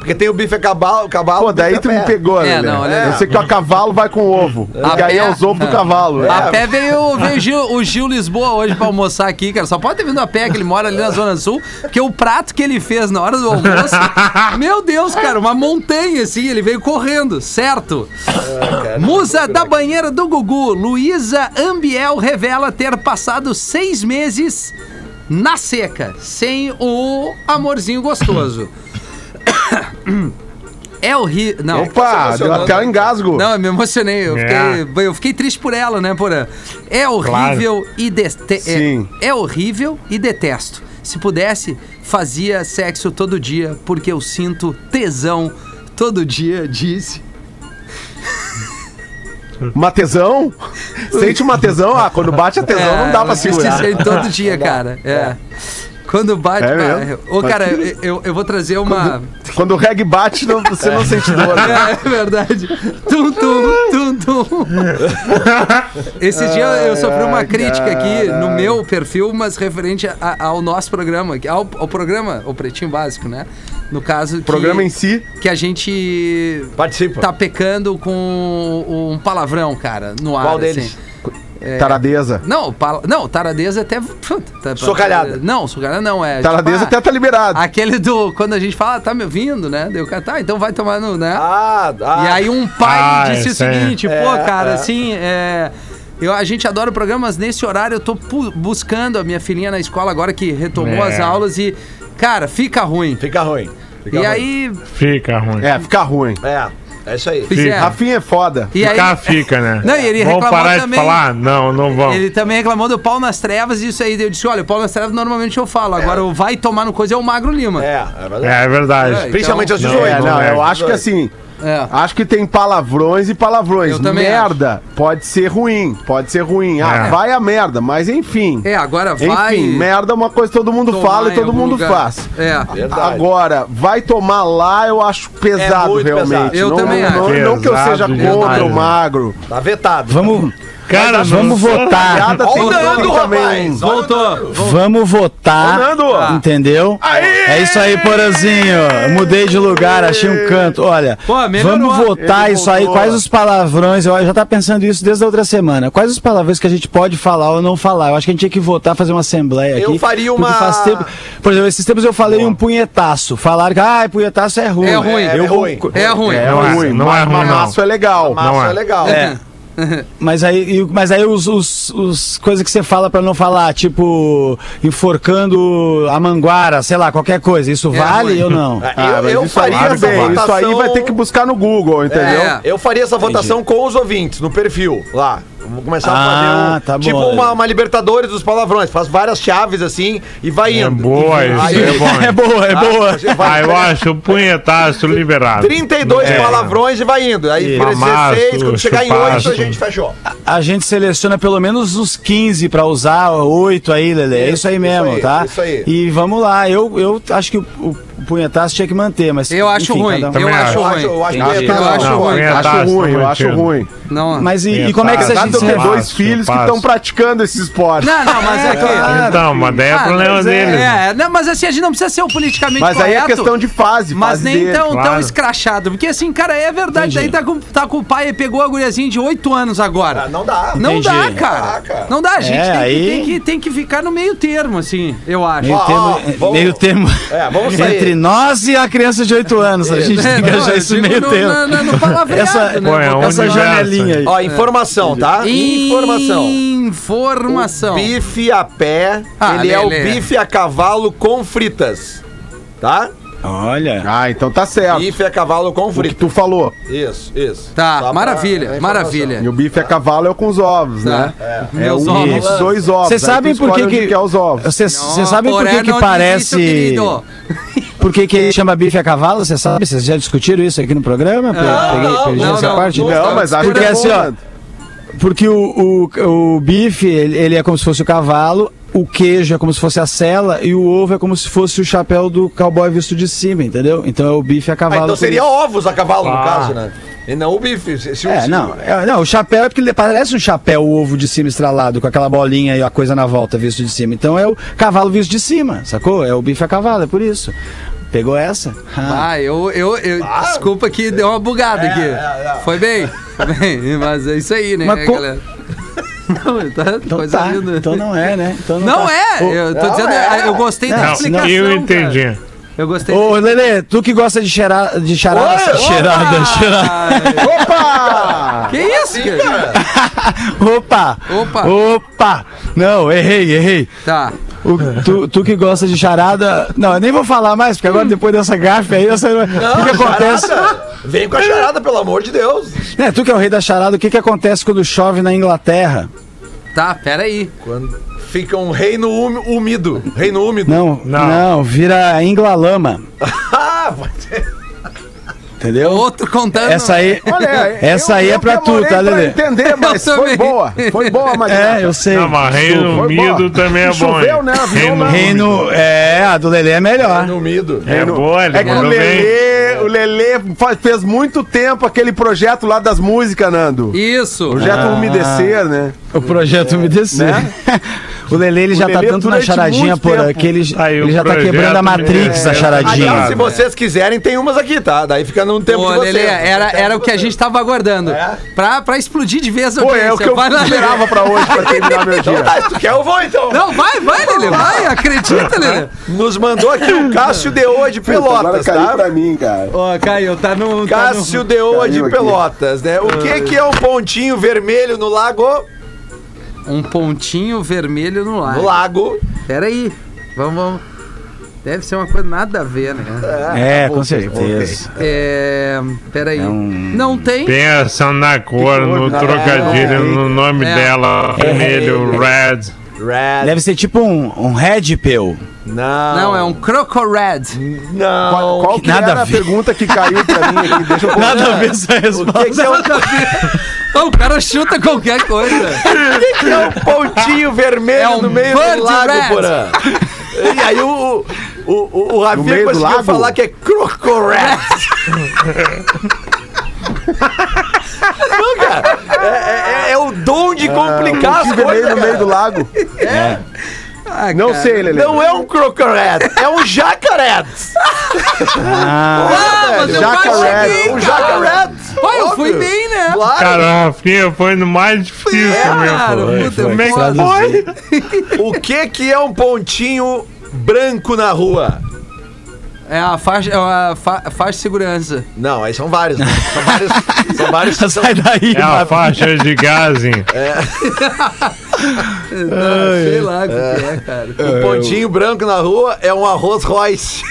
Speaker 2: Porque tem o bife a cavalo, cavalo
Speaker 4: Pô, daí
Speaker 2: bife
Speaker 4: tu
Speaker 2: a
Speaker 4: me
Speaker 2: pé.
Speaker 4: pegou,
Speaker 1: É,
Speaker 4: né?
Speaker 1: não,
Speaker 4: Léo?
Speaker 1: olha-
Speaker 4: Eu sei que o cavalo vai com ovo.
Speaker 1: A
Speaker 4: E aí
Speaker 1: pé-
Speaker 4: é os ovos do cavalo.
Speaker 1: A
Speaker 4: é.
Speaker 1: pé veio, veio o, Gil, o Gil Lisboa hoje pra almoçar aqui, cara. Só pode ter vindo a pé, que ele mora ali na Zona Sul, porque o prato que ele fez na hora do
Speaker 4: [laughs]
Speaker 1: almoço. meu Deus, cara, uma montanha assim, ele veio correndo, certo?
Speaker 4: É,
Speaker 1: Musa da banheira do Gugu, Luísa Ambiel revela ter passado seis meses na seca, sem o amorzinho gostoso. [coughs] É o ri... Não.
Speaker 3: Tá
Speaker 4: Opa, deu até o engasgo.
Speaker 1: Não, eu me emocionei. Eu,
Speaker 3: É.
Speaker 1: fiquei, eu fiquei triste por ela, né, Porã? É horrível e deste-
Speaker 4: Sim.
Speaker 1: É, é horrível e detesto. Se pudesse, fazia sexo todo dia, porque eu sinto tesão todo dia, disse
Speaker 4: Matezão? Sente o matezão? Ah, quando bate a tesão não dá pra
Speaker 1: É, eu assisto
Speaker 4: segurar. [laughs]
Speaker 1: isso aí todo dia, cara. É. Quando bate,
Speaker 4: É
Speaker 1: pá,
Speaker 4: mesmo?
Speaker 1: Ô, cara, eu- eu, eu vou trazer uma.
Speaker 4: Quando o reggae bate, não- você não sente dor. né?
Speaker 1: É, é verdade. Tum, tum, tum, tum. Esse dia eu sofri uma
Speaker 4: ai,
Speaker 1: crítica aqui
Speaker 4: caralho.
Speaker 1: no meu perfil, mas referente a- ao nosso programa, ao, ao programa, o Pretinho Básico, né? No caso. Que,
Speaker 4: O programa em si.
Speaker 1: Que a gente
Speaker 2: Participa.
Speaker 1: tá pecando com um palavrão, cara, no ar.
Speaker 2: Qual deles?
Speaker 1: assim. É,
Speaker 4: Taradeza.
Speaker 1: Não, pala- não, taradeza é até. puta,
Speaker 2: Socalhada.
Speaker 1: Não, socalhada não, é.
Speaker 4: Taradeza
Speaker 1: tipo,
Speaker 4: até tá liberado.
Speaker 1: ah, Aquele do. Quando a gente fala, ah, tá me ouvindo, né? Deu cara, tá, então vai tomar no. Né?
Speaker 2: Ah, ah.
Speaker 1: E aí um pai
Speaker 3: Ah,
Speaker 1: disse o
Speaker 3: isso aí.
Speaker 1: seguinte, pô,
Speaker 2: É,
Speaker 1: cara,
Speaker 2: é.
Speaker 1: assim, é, eu, a gente adora o programa, mas nesse horário eu tô pu- buscando a minha filhinha na escola agora que retomou
Speaker 3: É.
Speaker 1: as aulas e, cara, fica ruim.
Speaker 2: Fica ruim. Fica
Speaker 1: e
Speaker 2: ruim.
Speaker 1: aí,
Speaker 3: Fica ruim.
Speaker 4: É, fica ruim.
Speaker 2: É, é isso aí.
Speaker 1: pois é.
Speaker 4: Rafinha é foda.
Speaker 1: e aí
Speaker 3: Ficar fica, né?
Speaker 1: Não, e ele
Speaker 3: vamos
Speaker 1: reclamou
Speaker 3: parar
Speaker 1: também.
Speaker 3: de falar? Não, não vamos.
Speaker 1: ele também reclamou do pau nas trevas e isso aí. Eu disse, olha, o pau nas trevas normalmente eu falo, agora o vai tomar no coisa é o Magro Lima.
Speaker 2: É, é verdade.
Speaker 3: É, é verdade.
Speaker 1: É,
Speaker 2: Principalmente né? aos
Speaker 3: Não,
Speaker 2: 18.
Speaker 4: É,
Speaker 3: não
Speaker 4: não,
Speaker 3: é.
Speaker 4: eu acho que assim,
Speaker 1: É.
Speaker 4: acho que tem palavrões e palavrões.
Speaker 1: Eu também
Speaker 4: merda pode ser ruim, pode ser ruim. Ah,
Speaker 3: É.
Speaker 4: vai a merda, mas enfim.
Speaker 1: É, agora vai.
Speaker 4: Enfim, merda é uma coisa que todo mundo
Speaker 1: tomar
Speaker 4: fala
Speaker 1: em
Speaker 4: e todo
Speaker 1: algum
Speaker 4: mundo
Speaker 1: lugar.
Speaker 4: faz.
Speaker 1: É.
Speaker 2: Verdade.
Speaker 4: assim, Agora, vai tomar lá, eu acho pesado
Speaker 2: muito
Speaker 4: realmente.
Speaker 2: pesado.
Speaker 1: Eu
Speaker 4: não,
Speaker 1: também
Speaker 4: não,
Speaker 1: acho.
Speaker 4: não- não que eu seja
Speaker 3: Pesado
Speaker 4: contra
Speaker 3: demais.
Speaker 4: o magro.
Speaker 2: Tá vetado.
Speaker 5: Vamos,
Speaker 3: Cara,
Speaker 4: Mas
Speaker 3: não
Speaker 5: vamos
Speaker 3: sou-
Speaker 5: votar.
Speaker 4: Piada
Speaker 2: Olha o
Speaker 4: tem
Speaker 2: Nando,
Speaker 4: que também.
Speaker 2: Tá
Speaker 4: tá
Speaker 2: rapaz. Olha o Nando.
Speaker 5: Vamos votar.
Speaker 4: Ô, Nando!
Speaker 5: tá, Entendeu? É isso aí, Poranzinho. Mudei de lugar, achei um canto. Olha,
Speaker 1: Pô, melhorou.
Speaker 5: vamos votar
Speaker 4: Ele
Speaker 5: isso aí.
Speaker 4: voltou.
Speaker 5: Quais os palavrões? Eu já tá pensando isso desde a outra semana. Quais os palavrões que a gente pode falar ou não falar? Eu acho que a gente tinha que votar, fazer uma assembleia aqui.
Speaker 2: Eu faria uma-
Speaker 5: porque faz tempo- Por exemplo, esses tempos eu falei um punhetaço. Falaram que, ah, punhetaço é ruim.
Speaker 1: É ruim.
Speaker 5: Eu
Speaker 1: É
Speaker 5: vou-
Speaker 2: ruim.
Speaker 1: É ruim.
Speaker 3: É Não
Speaker 4: ruim,
Speaker 3: não é
Speaker 4: mas
Speaker 3: ruim, não.
Speaker 4: mamaço é legal.
Speaker 2: Massa
Speaker 3: Não é.
Speaker 2: é legal.
Speaker 1: É.
Speaker 5: Mas aí, e- mas aí os, os, os coisas que você fala pra não falar, tipo, enforcando a manguara, sei lá, qualquer coisa, isso
Speaker 1: É ruim.
Speaker 5: vale ou não?
Speaker 2: eu eu faria
Speaker 4: Claro
Speaker 2: essa
Speaker 4: que vai.
Speaker 2: votação.
Speaker 4: Isso aí vai ter que buscar no Google, entendeu?
Speaker 1: É.
Speaker 2: Eu faria essa votação com os ouvintes, no perfil, lá. Vou começar
Speaker 5: Ah,
Speaker 2: a fazer um,
Speaker 5: tá bom.
Speaker 2: tipo uma, uma Libertadores dos palavrões. Faz várias chaves assim e vai
Speaker 3: É
Speaker 2: indo.
Speaker 3: boa isso,
Speaker 2: Aí-
Speaker 3: é bom.
Speaker 5: [laughs] É boa, é boa.
Speaker 3: Ah, eu acho punhetaço liberado.
Speaker 2: 32
Speaker 3: É.
Speaker 2: palavrões e vai indo. Aí vira
Speaker 3: Mamaço,
Speaker 2: 16, quando chegar em 8 a
Speaker 3: chupaço.
Speaker 2: gente fechou.
Speaker 5: A gente seleciona pelo menos uns 15 pra usar, 8 aí, Lele. É isso aí
Speaker 2: Isso,
Speaker 5: mesmo,
Speaker 2: isso aí,
Speaker 5: tá?
Speaker 2: isso aí.
Speaker 5: E vamos lá, eu, eu acho que o, o punhetaço tinha que manter, mas.
Speaker 1: Eu acho
Speaker 5: enfim,
Speaker 1: ruim.
Speaker 5: cada um.
Speaker 1: Eu
Speaker 3: Também
Speaker 1: acho
Speaker 3: acho.
Speaker 1: ruim.
Speaker 2: Eu acho que
Speaker 4: é
Speaker 1: Eu
Speaker 2: tá
Speaker 1: acho
Speaker 2: bom.
Speaker 4: Não,
Speaker 1: ruim.
Speaker 4: eu
Speaker 3: Tá, tá,
Speaker 4: acho ruim, eu
Speaker 3: tá,
Speaker 4: acho
Speaker 3: tá.
Speaker 4: ruim.
Speaker 1: Não.
Speaker 5: Mas e, e
Speaker 3: Punhetaço.
Speaker 5: como é que se a
Speaker 4: Apesar
Speaker 5: gente
Speaker 4: de eu ter
Speaker 5: se
Speaker 3: Fácil,
Speaker 5: revolta?
Speaker 4: um dois filhos que
Speaker 3: fácil.
Speaker 4: estão praticando esse esporte.
Speaker 1: Não, não, mas é que.
Speaker 3: Então, mas daí é
Speaker 1: Ah,
Speaker 3: problema
Speaker 1: mas é,
Speaker 3: dele.
Speaker 1: É, não, mas assim, a gente não precisa ser o politicamente
Speaker 4: Mas aí
Speaker 1: correto.
Speaker 4: é questão de fase,
Speaker 1: Mas
Speaker 4: fase
Speaker 1: nem
Speaker 4: dele.
Speaker 1: tão, tão
Speaker 3: claro.
Speaker 1: escrachado. Porque assim, cara, é verdade. Daí tá com, tá com o pai e pegou a guriazinha de 8 anos agora.
Speaker 2: Ah, Não dá.
Speaker 1: Não dá,
Speaker 5: Entendi.
Speaker 1: cara.
Speaker 2: Ah, cara.
Speaker 1: Não dá, a gente
Speaker 5: É,
Speaker 1: tem, que,
Speaker 5: aí-
Speaker 1: tem, que, tem que ficar no meio termo, assim, eu acho.
Speaker 5: Meio
Speaker 2: Ó, ó,
Speaker 5: termo.
Speaker 2: vamos-
Speaker 5: meio termo.
Speaker 2: É, vamos sair.
Speaker 5: Entre nós e a criança de 8 anos. A gente [laughs] tem que
Speaker 1: É, né? não,
Speaker 5: achar
Speaker 1: eu
Speaker 5: isso
Speaker 1: digo
Speaker 5: meio
Speaker 1: no,
Speaker 5: termo.
Speaker 1: No, no, no palavreado,
Speaker 5: Essa-
Speaker 1: né? assim.
Speaker 3: Pô, é
Speaker 1: Vou
Speaker 3: um
Speaker 1: pensar
Speaker 5: Essa
Speaker 1: na-
Speaker 3: universo.
Speaker 5: janelinha aí.
Speaker 2: Ó, informação, tá? Informação.
Speaker 1: Informação.
Speaker 2: Bife a pé,
Speaker 1: Ah,
Speaker 2: ele é o
Speaker 1: Lelê.
Speaker 2: bife a cavalo com fritas. Tá?
Speaker 5: Olha.
Speaker 4: Ah, então tá certo.
Speaker 2: Bife a cavalo com
Speaker 4: O que
Speaker 2: fritas.
Speaker 4: tu falou.
Speaker 2: Isso, isso.
Speaker 1: Tá,
Speaker 2: Só pra-
Speaker 1: maravilha,
Speaker 2: é informação.
Speaker 1: maravilha.
Speaker 4: E o bife a cavalo é com os ovos,
Speaker 1: Tá.
Speaker 4: né?
Speaker 1: É.
Speaker 4: É
Speaker 1: Meus
Speaker 4: um
Speaker 1: ovos.
Speaker 4: e dois ovos.
Speaker 5: Vocês
Speaker 4: Aí tu
Speaker 5: sabem por
Speaker 4: escolhe
Speaker 5: que
Speaker 4: onde
Speaker 5: que-
Speaker 4: quer os ovos.
Speaker 5: Vocês
Speaker 1: Não,
Speaker 5: vocês sabem por
Speaker 1: porém,
Speaker 5: que que
Speaker 1: não
Speaker 5: parece.
Speaker 1: diz isso, querido.
Speaker 5: Por que, que ele chama bife a cavalo? Você sabe? Vocês já discutiram isso aqui no programa? Pe-
Speaker 1: Não,
Speaker 5: Peguei, perdi
Speaker 1: não,
Speaker 5: essa
Speaker 1: não,
Speaker 5: parte?
Speaker 1: não.
Speaker 4: Não, mas acho
Speaker 5: Porque
Speaker 4: que é
Speaker 5: assim, ó,
Speaker 4: bom.
Speaker 5: Porque o, o, o bife, ele, ele é como se fosse o cavalo, o queijo é como se fosse a cela e o ovo é como se fosse o chapéu do cowboy visto de cima, entendeu? Então é o bife a
Speaker 2: Ah,
Speaker 5: cavalo.
Speaker 2: então
Speaker 5: por
Speaker 2: seria
Speaker 5: isso.
Speaker 2: ovos a cavalo, no
Speaker 3: Ah.
Speaker 2: caso, né? E não o bife. Se, se o-
Speaker 5: É, não, é, não, o chapéu é porque ele parece um chapéu, o ovo de cima estralado, com aquela bolinha e a coisa na volta visto de cima. Então é o cavalo visto de cima, sacou? É o bife a cavalo, é por isso. Pegou essa? Ah.
Speaker 1: Ah, eu, eu, eu- desculpa que deu uma bugada aqui.
Speaker 2: é, é.
Speaker 1: Foi bem, foi bem, mas é isso aí, né,
Speaker 5: Mas co-
Speaker 1: galera? Não, [laughs] tá
Speaker 5: Então
Speaker 1: coisa
Speaker 5: tá,
Speaker 1: linda.
Speaker 5: então não é, né? Então
Speaker 1: Não
Speaker 5: tá.
Speaker 1: é,
Speaker 5: Ô,
Speaker 1: eu tô
Speaker 2: não
Speaker 1: dizendo,
Speaker 2: é.
Speaker 1: eu gostei da
Speaker 5: Não,
Speaker 1: explicação.
Speaker 3: eu
Speaker 1: cara.
Speaker 3: entendi.
Speaker 1: Eu gostei.
Speaker 5: Ô, ah, Lelê, tu que gosta de cheirar, de charada,
Speaker 2: Oi,
Speaker 5: cheirada, cheirada.
Speaker 1: [laughs] Que isso,
Speaker 4: assim,
Speaker 1: cara?
Speaker 5: [laughs] Opa!
Speaker 1: Opa.
Speaker 5: Opa! Não, errei, errei.
Speaker 1: Tá.
Speaker 5: O- tu, tu que gosta de charada. Não, eu nem vou falar mais, porque
Speaker 1: Hum.
Speaker 5: agora depois dessa gafe aí, essa... o que, que acontece?
Speaker 2: Ah, Charada. Vem com a charada, pelo amor de Deus.
Speaker 5: Né, tu que é o rei da charada, o que, que acontece quando chove na Inglaterra?
Speaker 1: Tá, pera aí.
Speaker 2: Quando fica um reino humi- úmido. Reino úmido.
Speaker 5: Não, não,
Speaker 3: Não.
Speaker 5: vira Inglalama.
Speaker 2: Ah, pode ser.
Speaker 5: Entendeu?
Speaker 1: Outro contando.
Speaker 5: Essa aí, [laughs] essa aí é pra tu, tá,
Speaker 4: Lele?
Speaker 5: Lelê?
Speaker 4: entender,
Speaker 5: [laughs]
Speaker 4: mas
Speaker 1: Eu
Speaker 4: foi
Speaker 1: também.
Speaker 4: boa. Foi boa, Magnata.
Speaker 5: É, eu sei.
Speaker 3: Não, mas Reino
Speaker 4: Foi
Speaker 3: Unido
Speaker 4: boa.
Speaker 3: também é bom.
Speaker 4: Choveu,
Speaker 3: hein?
Speaker 4: né? Avião
Speaker 3: Reino
Speaker 4: lá.
Speaker 5: Reino, é, a do Lelê é melhor.
Speaker 2: Renumido.
Speaker 3: É boa, ele
Speaker 4: É que o
Speaker 3: mandou bem.
Speaker 4: Lelê, o Lelê fa- fez muito tempo aquele projeto lá das músicas, Nando.
Speaker 1: Isso.
Speaker 4: Projeto
Speaker 5: Ah.
Speaker 4: Umedecer, né?
Speaker 5: O projeto me desceu.
Speaker 4: Né?
Speaker 5: [laughs] O Lelê ele já
Speaker 4: Lelê
Speaker 5: tá tanto na
Speaker 4: durante
Speaker 5: charadinha,
Speaker 4: muito
Speaker 5: por
Speaker 4: tempo.
Speaker 5: que ele,
Speaker 3: Aí,
Speaker 5: ele
Speaker 3: o
Speaker 5: já tá
Speaker 3: projeto
Speaker 5: quebrando a
Speaker 3: é-
Speaker 5: Matrix da
Speaker 3: é,
Speaker 5: charadinha.
Speaker 2: Aliás, se vocês quiserem, tem umas aqui, tá? Daí fica num tempo
Speaker 1: Ô,
Speaker 2: de vocês.
Speaker 1: Lelê, é era, era o que a gente tava aguardando. Pra, pra explodir de vez a
Speaker 4: É? Pô, é o que eu
Speaker 1: vai lá, Lelê.
Speaker 4: esperava pra hoje, pra terminar
Speaker 5: [laughs]
Speaker 4: meu
Speaker 2: Então
Speaker 4: dia.
Speaker 2: tá, se tu quer, eu vou então.
Speaker 1: Não, vai, vai, Lelê, vai, acredita, Lelê.
Speaker 2: Nos mandou aqui o Cássio Deoa de Pelotas, tá?
Speaker 7: mim, cara.
Speaker 1: Ó, Caio, tá no.
Speaker 2: Cássio Deoa de
Speaker 7: Caiu aqui.
Speaker 2: Pelotas, né? O que que é um pontinho vermelho no lago?
Speaker 1: Um pontinho vermelho no ar.
Speaker 2: No lago.
Speaker 1: Pera aí. Vamos, vamos. Deve ser uma coisa nada a ver, né?
Speaker 5: É, com certeza.
Speaker 1: É. Pera aí. Não tem.
Speaker 3: Pensa na cor, no trocadilho, no nome
Speaker 1: É.
Speaker 3: dela. Vermelho, red.
Speaker 2: Red.
Speaker 5: Deve ser tipo um, um red pill.
Speaker 2: Não.
Speaker 1: Não, é um Croco
Speaker 2: [laughs]
Speaker 1: Red. [laughs]
Speaker 2: Não.
Speaker 4: Qual, qual que
Speaker 5: Nada
Speaker 4: era
Speaker 5: a
Speaker 4: a
Speaker 5: ver.
Speaker 4: pergunta que caiu pra mim aqui? Deixa eu
Speaker 5: [laughs] Nada a ver essa
Speaker 2: O que que é um,
Speaker 1: Não, o cara chuta qualquer coisa.
Speaker 2: que que é um [laughs] pontinho vermelho
Speaker 1: É um
Speaker 2: no meio
Speaker 1: bird
Speaker 2: do lago,
Speaker 1: red.
Speaker 2: Porã? E aí o, o, o, o Rafinha
Speaker 4: meio do
Speaker 2: conseguiu
Speaker 4: lago?
Speaker 2: falar que é
Speaker 4: [laughs]
Speaker 2: crocorete. Não, cara. É, é- é o dom de complicar as
Speaker 4: Ah, vermelho
Speaker 2: coisas.
Speaker 4: no meio
Speaker 2: cara.
Speaker 4: do lago.
Speaker 1: É.
Speaker 5: É.
Speaker 1: Ah,
Speaker 4: Não
Speaker 1: cara.
Speaker 4: sei, Lelê.
Speaker 2: Não é um crocorete, é um jacarete.
Speaker 1: Ah, mas eu
Speaker 4: Jacaré,
Speaker 1: quase
Speaker 2: Um
Speaker 1: cheguei, cara.
Speaker 2: jacarete.
Speaker 1: Pô, eu fui
Speaker 2: Óbvio.
Speaker 1: bem, né?
Speaker 2: Claro.
Speaker 3: Cara, o Rafinha foi no mais difícil, meu.
Speaker 1: Cara, puta,
Speaker 3: Como é que
Speaker 1: foda.
Speaker 3: foi?
Speaker 2: O que que é um pontinho branco na rua?
Speaker 1: É a faixa, é uma fa- faixa de segurança.
Speaker 2: Não, aí são vários. né? São vários. são vários. que [laughs] são- tipo,
Speaker 5: Sai daí,
Speaker 3: É a
Speaker 5: mano.
Speaker 3: faixa de gás, hein?
Speaker 1: Ah, sei lá o que é, cara.
Speaker 2: Um pontinho branco na rua é um arroz Royce.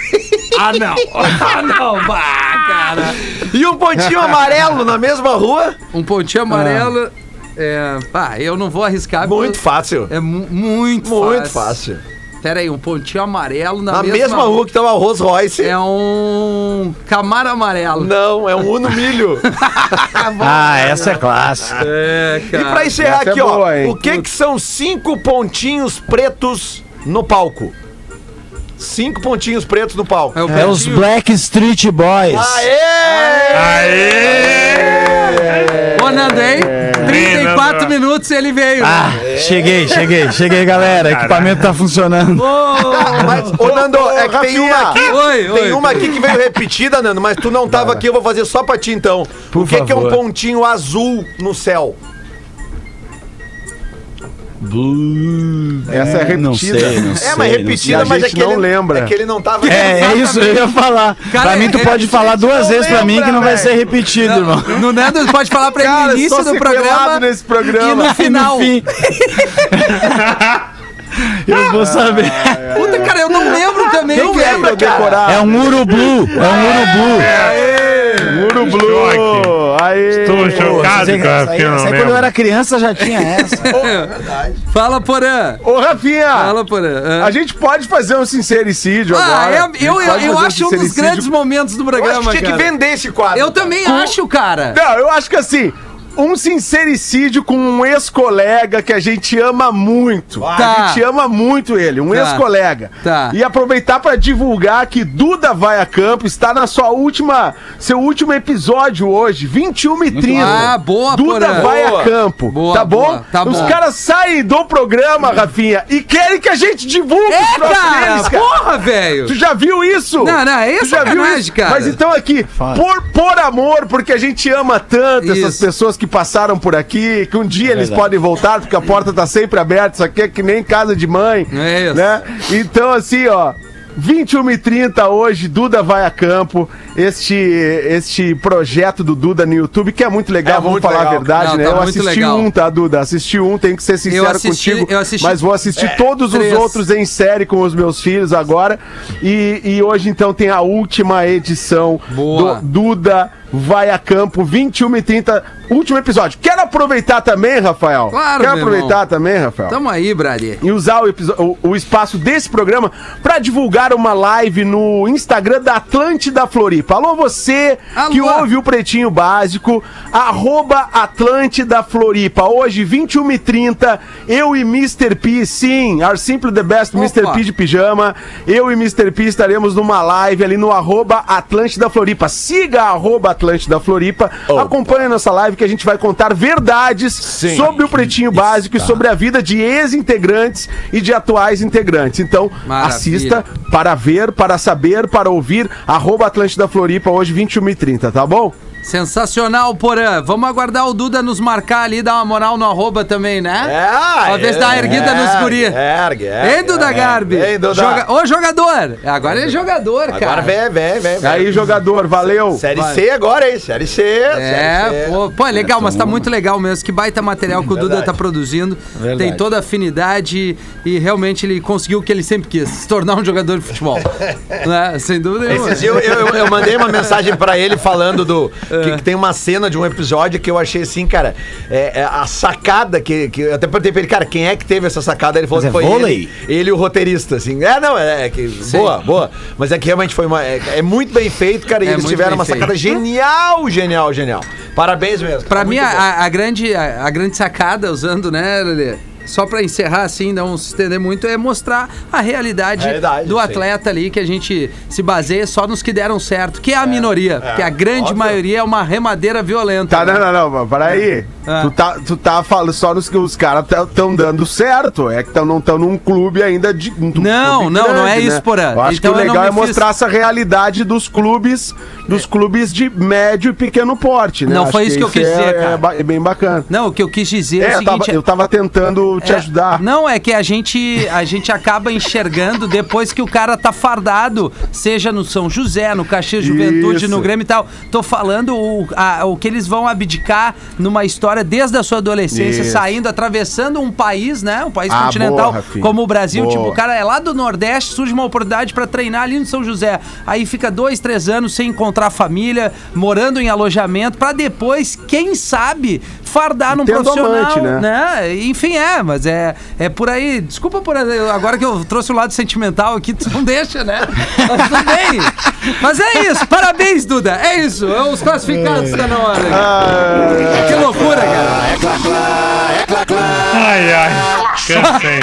Speaker 1: Ah, não. Ah, não. Bah, cara.
Speaker 2: E um pontinho amarelo na mesma rua?
Speaker 1: Um pontinho amarelo. É, pá, eu não vou arriscar. porque
Speaker 2: Ah. Muito fácil.
Speaker 1: eu- É mu- muito,
Speaker 2: Muito fácil.
Speaker 1: Pera aí, um pontinho amarelo na,
Speaker 2: Na mesma, rua que tá o arroz Royce.
Speaker 1: É um camaro amarelo.
Speaker 2: Não, é um Uno
Speaker 1: [laughs]
Speaker 2: Milho.
Speaker 1: Tá
Speaker 5: Ah, essa é clássica.
Speaker 1: É,
Speaker 2: e pra encerrar
Speaker 4: essa é
Speaker 2: aqui, ó.
Speaker 4: boa, hein?
Speaker 2: o que que são cinco pontinhos pretos no palco? Cinco pontinhos pretos no palco.
Speaker 1: É, o
Speaker 5: É os
Speaker 1: pontinho-
Speaker 5: Black Street Boys.
Speaker 2: Aê!
Speaker 3: Aê!
Speaker 1: Ô, Nando, hein? 34
Speaker 3: Nando.
Speaker 1: minutos ele veio.
Speaker 5: É. Ah, cheguei, cheguei, cheguei, galera. Equipamento tá funcionando.
Speaker 2: Ah, Mas, ô Nando, é que tem
Speaker 4: Rafinha.
Speaker 2: uma aqui.
Speaker 1: Oi,
Speaker 2: tem
Speaker 1: oi.
Speaker 2: uma aqui que veio repetida, Nando, mas tu não tava aqui, eu vou fazer só pra ti então. o que, que é um
Speaker 5: favor.
Speaker 2: pontinho azul no céu?
Speaker 4: Essa é
Speaker 5: Não
Speaker 4: repetida.
Speaker 5: sei, não
Speaker 2: É,
Speaker 5: sei,
Speaker 2: mas
Speaker 5: não sei.
Speaker 2: repetida,
Speaker 4: sei.
Speaker 2: mas
Speaker 4: A
Speaker 2: é
Speaker 4: gente
Speaker 2: que ele
Speaker 4: não lembra.
Speaker 2: É que ele não tava.
Speaker 5: É, é isso, eu ia falar.
Speaker 1: Cara,
Speaker 5: pra mim, tu
Speaker 1: é-
Speaker 5: pode
Speaker 1: é-
Speaker 5: falar duas vezes pra mim que não vai
Speaker 4: velho.
Speaker 5: ser repetido, irmão.
Speaker 1: No Nando, pode falar pra ele
Speaker 4: Cara,
Speaker 1: no início
Speaker 4: sou
Speaker 1: do
Speaker 4: sequelado
Speaker 1: programa
Speaker 4: nesse
Speaker 1: e
Speaker 4: programa.
Speaker 1: no final.
Speaker 5: No fim. eu vou saber.
Speaker 1: Puta, cara, eu não lembro também,
Speaker 2: Não
Speaker 1: velho.
Speaker 2: lembra, cara.
Speaker 4: Decorar.
Speaker 5: É um urubu, é um urubu.
Speaker 4: Muro Blue.
Speaker 3: Choque.
Speaker 4: Aê.
Speaker 3: Tô chocado
Speaker 5: Essa aí-
Speaker 3: com a
Speaker 5: essa aí-
Speaker 3: Rafinha, não
Speaker 5: essa aí quando eu
Speaker 3: lembro.
Speaker 5: era criança já tinha essa.
Speaker 1: Fala, Porã.
Speaker 4: Ô, Rafinha.
Speaker 1: Fala, Porã. Ah.
Speaker 4: A gente pode fazer um sincericídio
Speaker 1: Ah,
Speaker 4: agora.
Speaker 1: é-
Speaker 4: A gente
Speaker 1: eu, eu,
Speaker 4: pode
Speaker 1: eu acho um
Speaker 4: fazer
Speaker 1: dos
Speaker 4: sincericídio.
Speaker 1: grandes momentos do
Speaker 2: Eu acho
Speaker 1: programa,
Speaker 2: que tinha que
Speaker 1: cara.
Speaker 2: vender esse quadro.
Speaker 1: Eu também acho, cara.
Speaker 4: Não, eu acho que assim, um sincericídio com um ex-colega que a gente ama muito.
Speaker 1: Tá.
Speaker 4: A gente ama muito ele, um
Speaker 1: Tá.
Speaker 4: ex-colega.
Speaker 1: Tá.
Speaker 4: E aproveitar pra divulgar que Duda vai a campo, está na sua última, seu último episódio hoje, 21h30.
Speaker 1: Ah, boa,
Speaker 4: Duda
Speaker 1: Porã.
Speaker 4: vai
Speaker 2: Boa.
Speaker 4: a campo.
Speaker 1: Boa,
Speaker 4: tá bom?
Speaker 1: boa, tá
Speaker 4: Os
Speaker 1: bom.
Speaker 4: caras saem do programa, Rafinha, e querem que a gente divulgue os
Speaker 1: É,
Speaker 4: troços deles,
Speaker 1: cara. Porra, velho.
Speaker 4: Tu já viu isso?
Speaker 1: Não, não, é
Speaker 4: Tu já viu
Speaker 1: sacanagem,
Speaker 4: isso?
Speaker 1: cara.
Speaker 4: Mas então aqui, por, por amor, porque a gente ama tanto essas
Speaker 1: Isso.
Speaker 4: pessoas que passaram por aqui, que um dia
Speaker 2: É
Speaker 4: eles
Speaker 5: verdade.
Speaker 4: podem voltar, porque a porta tá sempre aberta, isso aqui é que nem casa de mãe.
Speaker 1: É isso.
Speaker 4: Né? Então, assim, ó. 21h30 hoje, Duda vai a campo. Este, este projeto do Duda no YouTube, que é muito legal,
Speaker 2: É
Speaker 4: vamos
Speaker 2: muito
Speaker 4: falar
Speaker 2: legal,
Speaker 4: a verdade,
Speaker 1: cara.
Speaker 4: né?
Speaker 1: Não, tá
Speaker 4: eu
Speaker 1: muito
Speaker 4: assisti
Speaker 1: legal.
Speaker 4: um, tá, Duda? Assisti um, tenho que ser sincero
Speaker 1: assisti-
Speaker 4: contigo.
Speaker 1: eu assisti- é,
Speaker 4: mas vou assistir todos
Speaker 1: três.
Speaker 4: os outros em série com os meus filhos agora. E, e hoje, então, tem a última edição
Speaker 1: Boa.
Speaker 4: do Duda Vai a Campo, 21h30. Último episódio. Quero aproveitar também, Rafael.
Speaker 1: Claro,
Speaker 4: Quero
Speaker 1: meu
Speaker 4: aproveitar
Speaker 1: irmão. Então-
Speaker 4: também, Rafael.
Speaker 1: Tamo aí, Brady.
Speaker 4: E usar o, episo- o- o espaço desse programa pra divulgar uma live no Instagram da Atlântida Floripa. Alô, você
Speaker 1: Alô.
Speaker 4: que ouve o Pretinho Básico, arroba Atlântida Floripa. Hoje, 21h30, eu e Mr. P, sim, our simply the best
Speaker 1: Opa.
Speaker 4: Mr. P de pijama. Eu e Mr. P estaremos numa live ali no arroba Atlântida Floripa. Siga a arroba Atlântida Floripa. Acompanhe a nossa live que a gente vai contar verdades sobre o Pretinho Básico e sobre a vida de ex-integrantes e de atuais integrantes. Então,
Speaker 1: Maravilha.
Speaker 4: assista para ver, para saber, para ouvir, arroba Atlântida Floripa, hoje 21h30, tá bom?
Speaker 1: Sensacional, Porã. Vamos aguardar o Duda nos marcar ali, dar uma moral no arroba também, né?
Speaker 2: É,
Speaker 1: Talvez dá uma erguida nos guri.
Speaker 2: Ergue, ergue.
Speaker 1: Ei, Duda Garbi.
Speaker 2: é. Ei, Duda.
Speaker 1: Joga... Ô, jogador. Agora ele é jogador, cara.
Speaker 2: Agora vem, vem, vem. vem.
Speaker 4: Aí, jogador, valeu!
Speaker 2: Série C agora, hein? Série C.
Speaker 1: É, pô, pô, é legal, mas tá muito legal mesmo. Que baita material que o Duda
Speaker 2: Verdade.
Speaker 1: tá produzindo.
Speaker 5: Verdade.
Speaker 1: Tem toda a afinidade e realmente ele conseguiu o que ele sempre quis: se tornar um jogador de
Speaker 2: [laughs]
Speaker 1: futebol. Né? Sem dúvida nenhuma.
Speaker 2: Esses dias eu, eu, eu mandei uma mensagem pra ele falando do.
Speaker 1: É.
Speaker 2: Que, que tem uma cena de um episódio que eu achei assim, cara. É, é a sacada que, que. Eu até perguntei pra ele, cara, quem é que teve essa sacada? Ele falou
Speaker 5: Mas
Speaker 2: que
Speaker 5: é
Speaker 2: foi
Speaker 5: vôlei?
Speaker 2: ele. Ele e o roteirista, assim. É, não, é, é que. Boa, boa. Mas é que realmente foi uma. É, é muito bem feito, cara. E
Speaker 1: É
Speaker 2: eles
Speaker 1: muito
Speaker 2: tiveram
Speaker 1: bem
Speaker 2: uma
Speaker 1: feito.
Speaker 2: sacada genial, genial, genial. Parabéns mesmo.
Speaker 1: Pra
Speaker 2: tá
Speaker 1: mim,
Speaker 2: muito bom.
Speaker 1: a, a grande, a, a grande sacada, usando, né, Lelê? Só pra encerrar, assim, não se estender muito, é mostrar a realidade,
Speaker 2: Realidade,
Speaker 1: do
Speaker 2: sim.
Speaker 1: atleta ali, que a gente se baseia só nos que deram certo, que é a minoria, porque a grande
Speaker 2: óbvio.
Speaker 1: maioria é uma remadeira violenta.
Speaker 4: Tá, não, não, não, mas peraí.
Speaker 1: Ah.
Speaker 4: Tu, tá, tu tá falando só nos que os caras estão dando certo. É que tão, não estão num clube ainda de. num
Speaker 1: Não,
Speaker 4: clube né?
Speaker 1: não, não é isso, Porã.
Speaker 4: Eu acho
Speaker 1: Então
Speaker 4: que o
Speaker 1: eu não
Speaker 4: legal é
Speaker 1: me fiz- É.
Speaker 4: mostrar essa realidade dos clubes, dos clubes de médio e pequeno porte, né?
Speaker 1: Não, foi isso que eu quis
Speaker 4: é-
Speaker 1: dizer,
Speaker 4: é
Speaker 1: cara.
Speaker 4: ba- É, bem bacana.
Speaker 1: Não, o que eu quis dizer é, o
Speaker 4: É, eu tava,
Speaker 1: seguinte...
Speaker 4: eu tava tentando te
Speaker 1: É,
Speaker 4: ajudar.
Speaker 1: Não, é que a gente, a gente acaba enxergando depois que o cara tá fardado, seja no São José, no Caxias Juventude,
Speaker 4: Isso.
Speaker 1: no Grêmio e tal. Tô falando o, a- o que eles vão abdicar numa história desde a sua adolescência,
Speaker 4: Isso.
Speaker 1: saindo, atravessando um país, né? Um país
Speaker 4: Ah,
Speaker 1: continental
Speaker 4: boa, Rafinha.
Speaker 1: como o Brasil.
Speaker 4: Boa.
Speaker 1: Tipo, o cara é lá do Nordeste, surge uma oportunidade pra treinar ali no São José. Aí fica dois, três anos sem encontrar a família, morando em alojamento, pra depois, quem sabe, fardar num
Speaker 4: tendo
Speaker 1: profissional.
Speaker 4: amante, né?
Speaker 1: né? É, enfim, é, mas é, é por aí. Desculpa por agora que eu trouxe o lado sentimental aqui, tu não deixa, né? Mas tudo bem. Mas é isso. Parabéns, Duda. É isso. É os classificados tá na hora. que loucura, cara.
Speaker 3: Ai, ai. Cansei.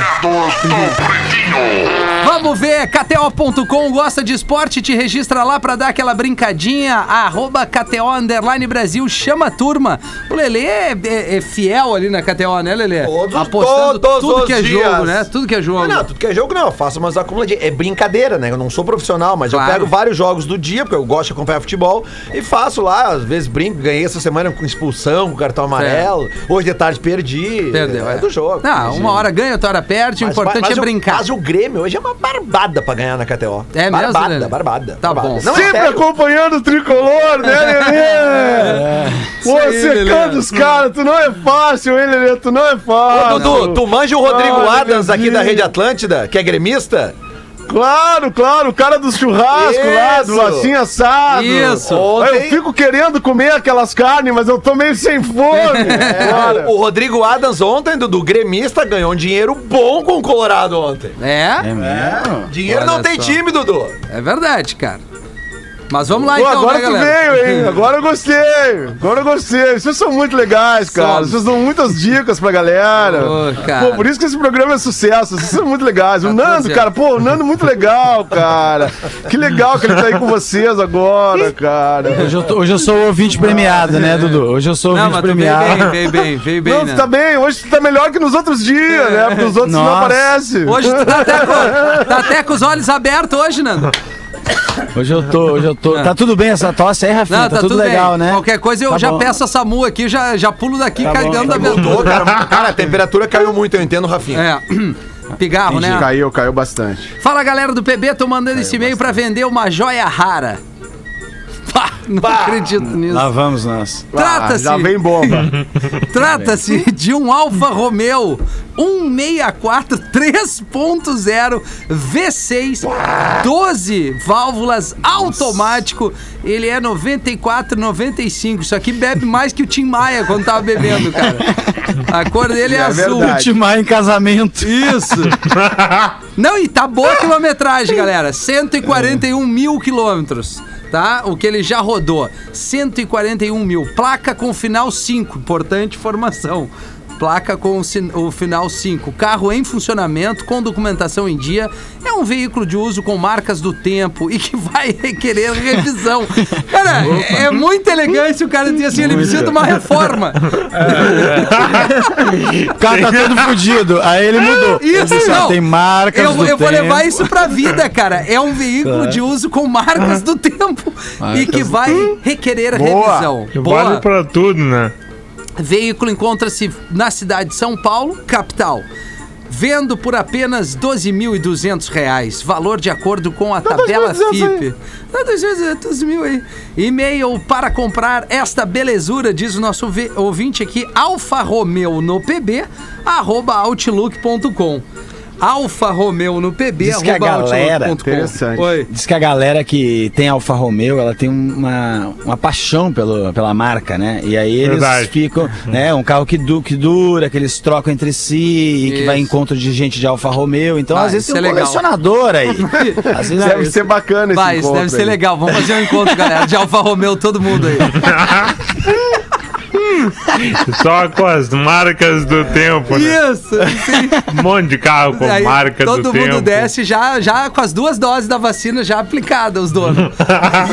Speaker 1: Vamos ver, KTO.com gosta de esporte, te registra lá pra dar aquela brincadinha. Arroba KTO Underline Brasil, chama a turma. O Lelê é, é- é fiel ali na KTO, né, Lelê?
Speaker 2: Todos-
Speaker 1: Apostando
Speaker 2: todos
Speaker 1: tudo
Speaker 2: os
Speaker 1: que é
Speaker 2: dias.
Speaker 1: jogo, né? Tudo que é jogo.
Speaker 2: Não, não, tudo que é jogo não, eu faço umas acumuladinhas. É brincadeira, né? Eu não sou profissional, mas
Speaker 1: Claro.
Speaker 2: eu pego vários jogos do dia, porque eu gosto de acompanhar futebol, e faço lá, às vezes brinco, ganhei essa semana com expulsão, com cartão amarelo. Hoje de tarde perdi.
Speaker 1: Perdeu,
Speaker 2: é, do jogo.
Speaker 1: Não,
Speaker 2: Mas,
Speaker 1: uma hora ganha, outra hora perde, o
Speaker 2: mas- um-
Speaker 1: importante
Speaker 2: mas
Speaker 1: é
Speaker 2: o-
Speaker 1: brincar.
Speaker 2: Mas o Grêmio hoje é uma barbada pra ganhar na KTO.
Speaker 1: É mesmo,
Speaker 2: Barbada,
Speaker 1: Lelê?
Speaker 2: barbada.
Speaker 1: Tá
Speaker 2: barbada.
Speaker 1: bom.
Speaker 2: Não, é
Speaker 4: Sempre
Speaker 2: sério.
Speaker 4: acompanhando o
Speaker 2: [laughs]
Speaker 4: tricolor, né, Lelê? Pô,
Speaker 1: Isso aí,
Speaker 4: secando
Speaker 1: Lelê.
Speaker 4: os caras, tu não é fácil, hein, Lelê? Tu não é fácil.
Speaker 2: Ô, Dudu, tu manja o Rodrigo
Speaker 4: Ah,
Speaker 2: Adams aqui
Speaker 4: meu
Speaker 2: da
Speaker 4: Deus.
Speaker 2: Rede Atlântida, que é gremista?
Speaker 4: Claro, claro, o cara do churrasco lá, do
Speaker 2: Isso.
Speaker 4: lacinho assado.
Speaker 1: Isso.
Speaker 4: Eu
Speaker 2: Ontem-
Speaker 4: fico querendo comer aquelas carnes, mas eu tô meio
Speaker 2: [laughs]
Speaker 4: sem fome. Cara.
Speaker 2: O o Rodrigo Adams ontem, Dudu, gremista, ganhou um dinheiro bom com o Colorado ontem.
Speaker 1: É,
Speaker 5: mesmo?
Speaker 2: Dinheiro
Speaker 1: Olha
Speaker 2: não tem
Speaker 1: só.
Speaker 2: time, Dudu.
Speaker 1: é verdade, cara. Mas vamos lá
Speaker 4: Pô,
Speaker 1: então,
Speaker 4: agora
Speaker 1: né,
Speaker 4: tu
Speaker 1: galera?
Speaker 4: veio,
Speaker 1: [laughs]
Speaker 4: hein? Agora eu gostei. Agora eu gostei. Vocês são muito legais, cara.
Speaker 1: Somos.
Speaker 4: Vocês dão muitas dicas pra galera.
Speaker 1: Ô, cara.
Speaker 4: Pô, por isso que esse programa é sucesso. Vocês são muito legais. O
Speaker 1: Tá tudo
Speaker 4: Nando,
Speaker 1: certo.
Speaker 4: cara, pô, o Nando é muito legal, cara. Que legal que ele tá aí com vocês agora, cara.
Speaker 5: Hoje eu, tô- hoje eu sou ouvinte premiado, né, Dudu? Hoje eu sou
Speaker 1: Não,
Speaker 5: ouvinte
Speaker 1: mas tu veio
Speaker 5: premiado.
Speaker 1: bem, veio bem, veio bem,
Speaker 4: Não,
Speaker 1: né?
Speaker 4: tu tá bem, hoje tu tá melhor que nos outros dias, né? Porque os outros não
Speaker 5: Nossa.
Speaker 4: aparecem.
Speaker 1: Hoje tu tá até, com, tá até com os olhos abertos hoje, Nando.
Speaker 5: Hoje eu tô, hoje eu tô. Tá tudo bem essa tosse aí, Rafinha?
Speaker 1: Não,
Speaker 5: tá, tudo, legal, né?
Speaker 1: Qualquer coisa eu
Speaker 5: Tá
Speaker 1: já
Speaker 5: bom.
Speaker 1: peço a Samu aqui, já, já pulo daqui e
Speaker 5: Tá
Speaker 1: cai
Speaker 5: bom,
Speaker 1: dentro
Speaker 5: tá
Speaker 1: da
Speaker 5: bom.
Speaker 1: abertura.
Speaker 2: Ô, cara, cara, a temperatura caiu muito, eu entendo, Rafinha.
Speaker 1: É. [clears throat] Pigarro, né?
Speaker 4: Caiu, caiu bastante.
Speaker 1: [laughs] Fala galera do PB, tô mandando esse e-mail pra vender uma joia rara. Bah, não acredito nisso.
Speaker 5: Lá vamos nós.
Speaker 2: Ah, já
Speaker 1: Trata-se
Speaker 2: vem bomba.
Speaker 1: [laughs] trata-se de um Alfa Romeo 164 3.0 V6 12 válvulas automático. Ele é 94,95. Isso aqui bebe mais que o Tim Maia quando tava bebendo, cara. A cor dele é,
Speaker 2: É
Speaker 1: azul.
Speaker 2: verdade.
Speaker 5: Ultimar em casamento.
Speaker 1: Isso! Não, e tá boa a quilometragem, galera. 141 mil quilômetros, tá? O que ele já rodou. 141 mil. Placa com final 5. Importante informação. Placa com o sin- o final 5. Carro em funcionamento, com documentação em dia. É um veículo de uso com marcas do tempo e que vai requerer revisão. Cara, é muita elegância o cara dizer assim: ele precisa de uma reforma.
Speaker 5: O cara tá todo fudido. Aí ele mudou.
Speaker 1: Isso,
Speaker 5: Ele disse, ó,
Speaker 1: não.
Speaker 5: Tem marcas
Speaker 1: Eu,
Speaker 5: do
Speaker 1: eu vou
Speaker 5: tempo.
Speaker 1: levar isso pra vida, cara. É um veículo
Speaker 5: [laughs]
Speaker 1: de uso com marcas do tempo e que vai requerer revisão.
Speaker 3: Vale pra tudo, né?
Speaker 1: Veículo encontra-se na cidade de São Paulo, capital. Vendo por apenas R$ 12.200, reais, valor de acordo com a tabela FIP. Dá 2.200 mil aí. E-mail para comprar esta belezura, diz o nosso ve- ouvinte aqui, Alfa Romeo no PB, arroba outlook.com. Alfa Romeo no PB,
Speaker 5: Diz que a galera-
Speaker 4: Interessante.
Speaker 1: Oi.
Speaker 5: Diz que a galera que tem Alfa Romeo, ela tem uma, uma paixão pelo, pela marca, né? E aí eles
Speaker 3: Verdade.
Speaker 5: ficam, né? Um carro que, du, que dura, que eles trocam entre si, e que
Speaker 1: Isso.
Speaker 5: vai em encontro de gente de Alfa Romeo. Então,
Speaker 1: Ah,
Speaker 5: às vezes
Speaker 1: isso
Speaker 5: tem um
Speaker 1: é legal.
Speaker 5: colecionador
Speaker 1: [laughs]
Speaker 5: aí. às vezes
Speaker 4: Deve ser bacana esse
Speaker 1: Vai, isso
Speaker 4: encontro
Speaker 1: deve ser
Speaker 4: aí.
Speaker 1: legal. Vamos fazer um encontro, galera, de Alfa Romeo, todo mundo aí.
Speaker 3: Só com as marcas do tempo, né?
Speaker 1: Isso, sim.
Speaker 3: Um monte de carro com
Speaker 1: Aí,
Speaker 3: marca
Speaker 1: todo
Speaker 3: do
Speaker 1: mundo
Speaker 3: tempo.
Speaker 1: desce já, já com as duas doses da vacina já aplicada,
Speaker 3: [laughs]
Speaker 1: os donos.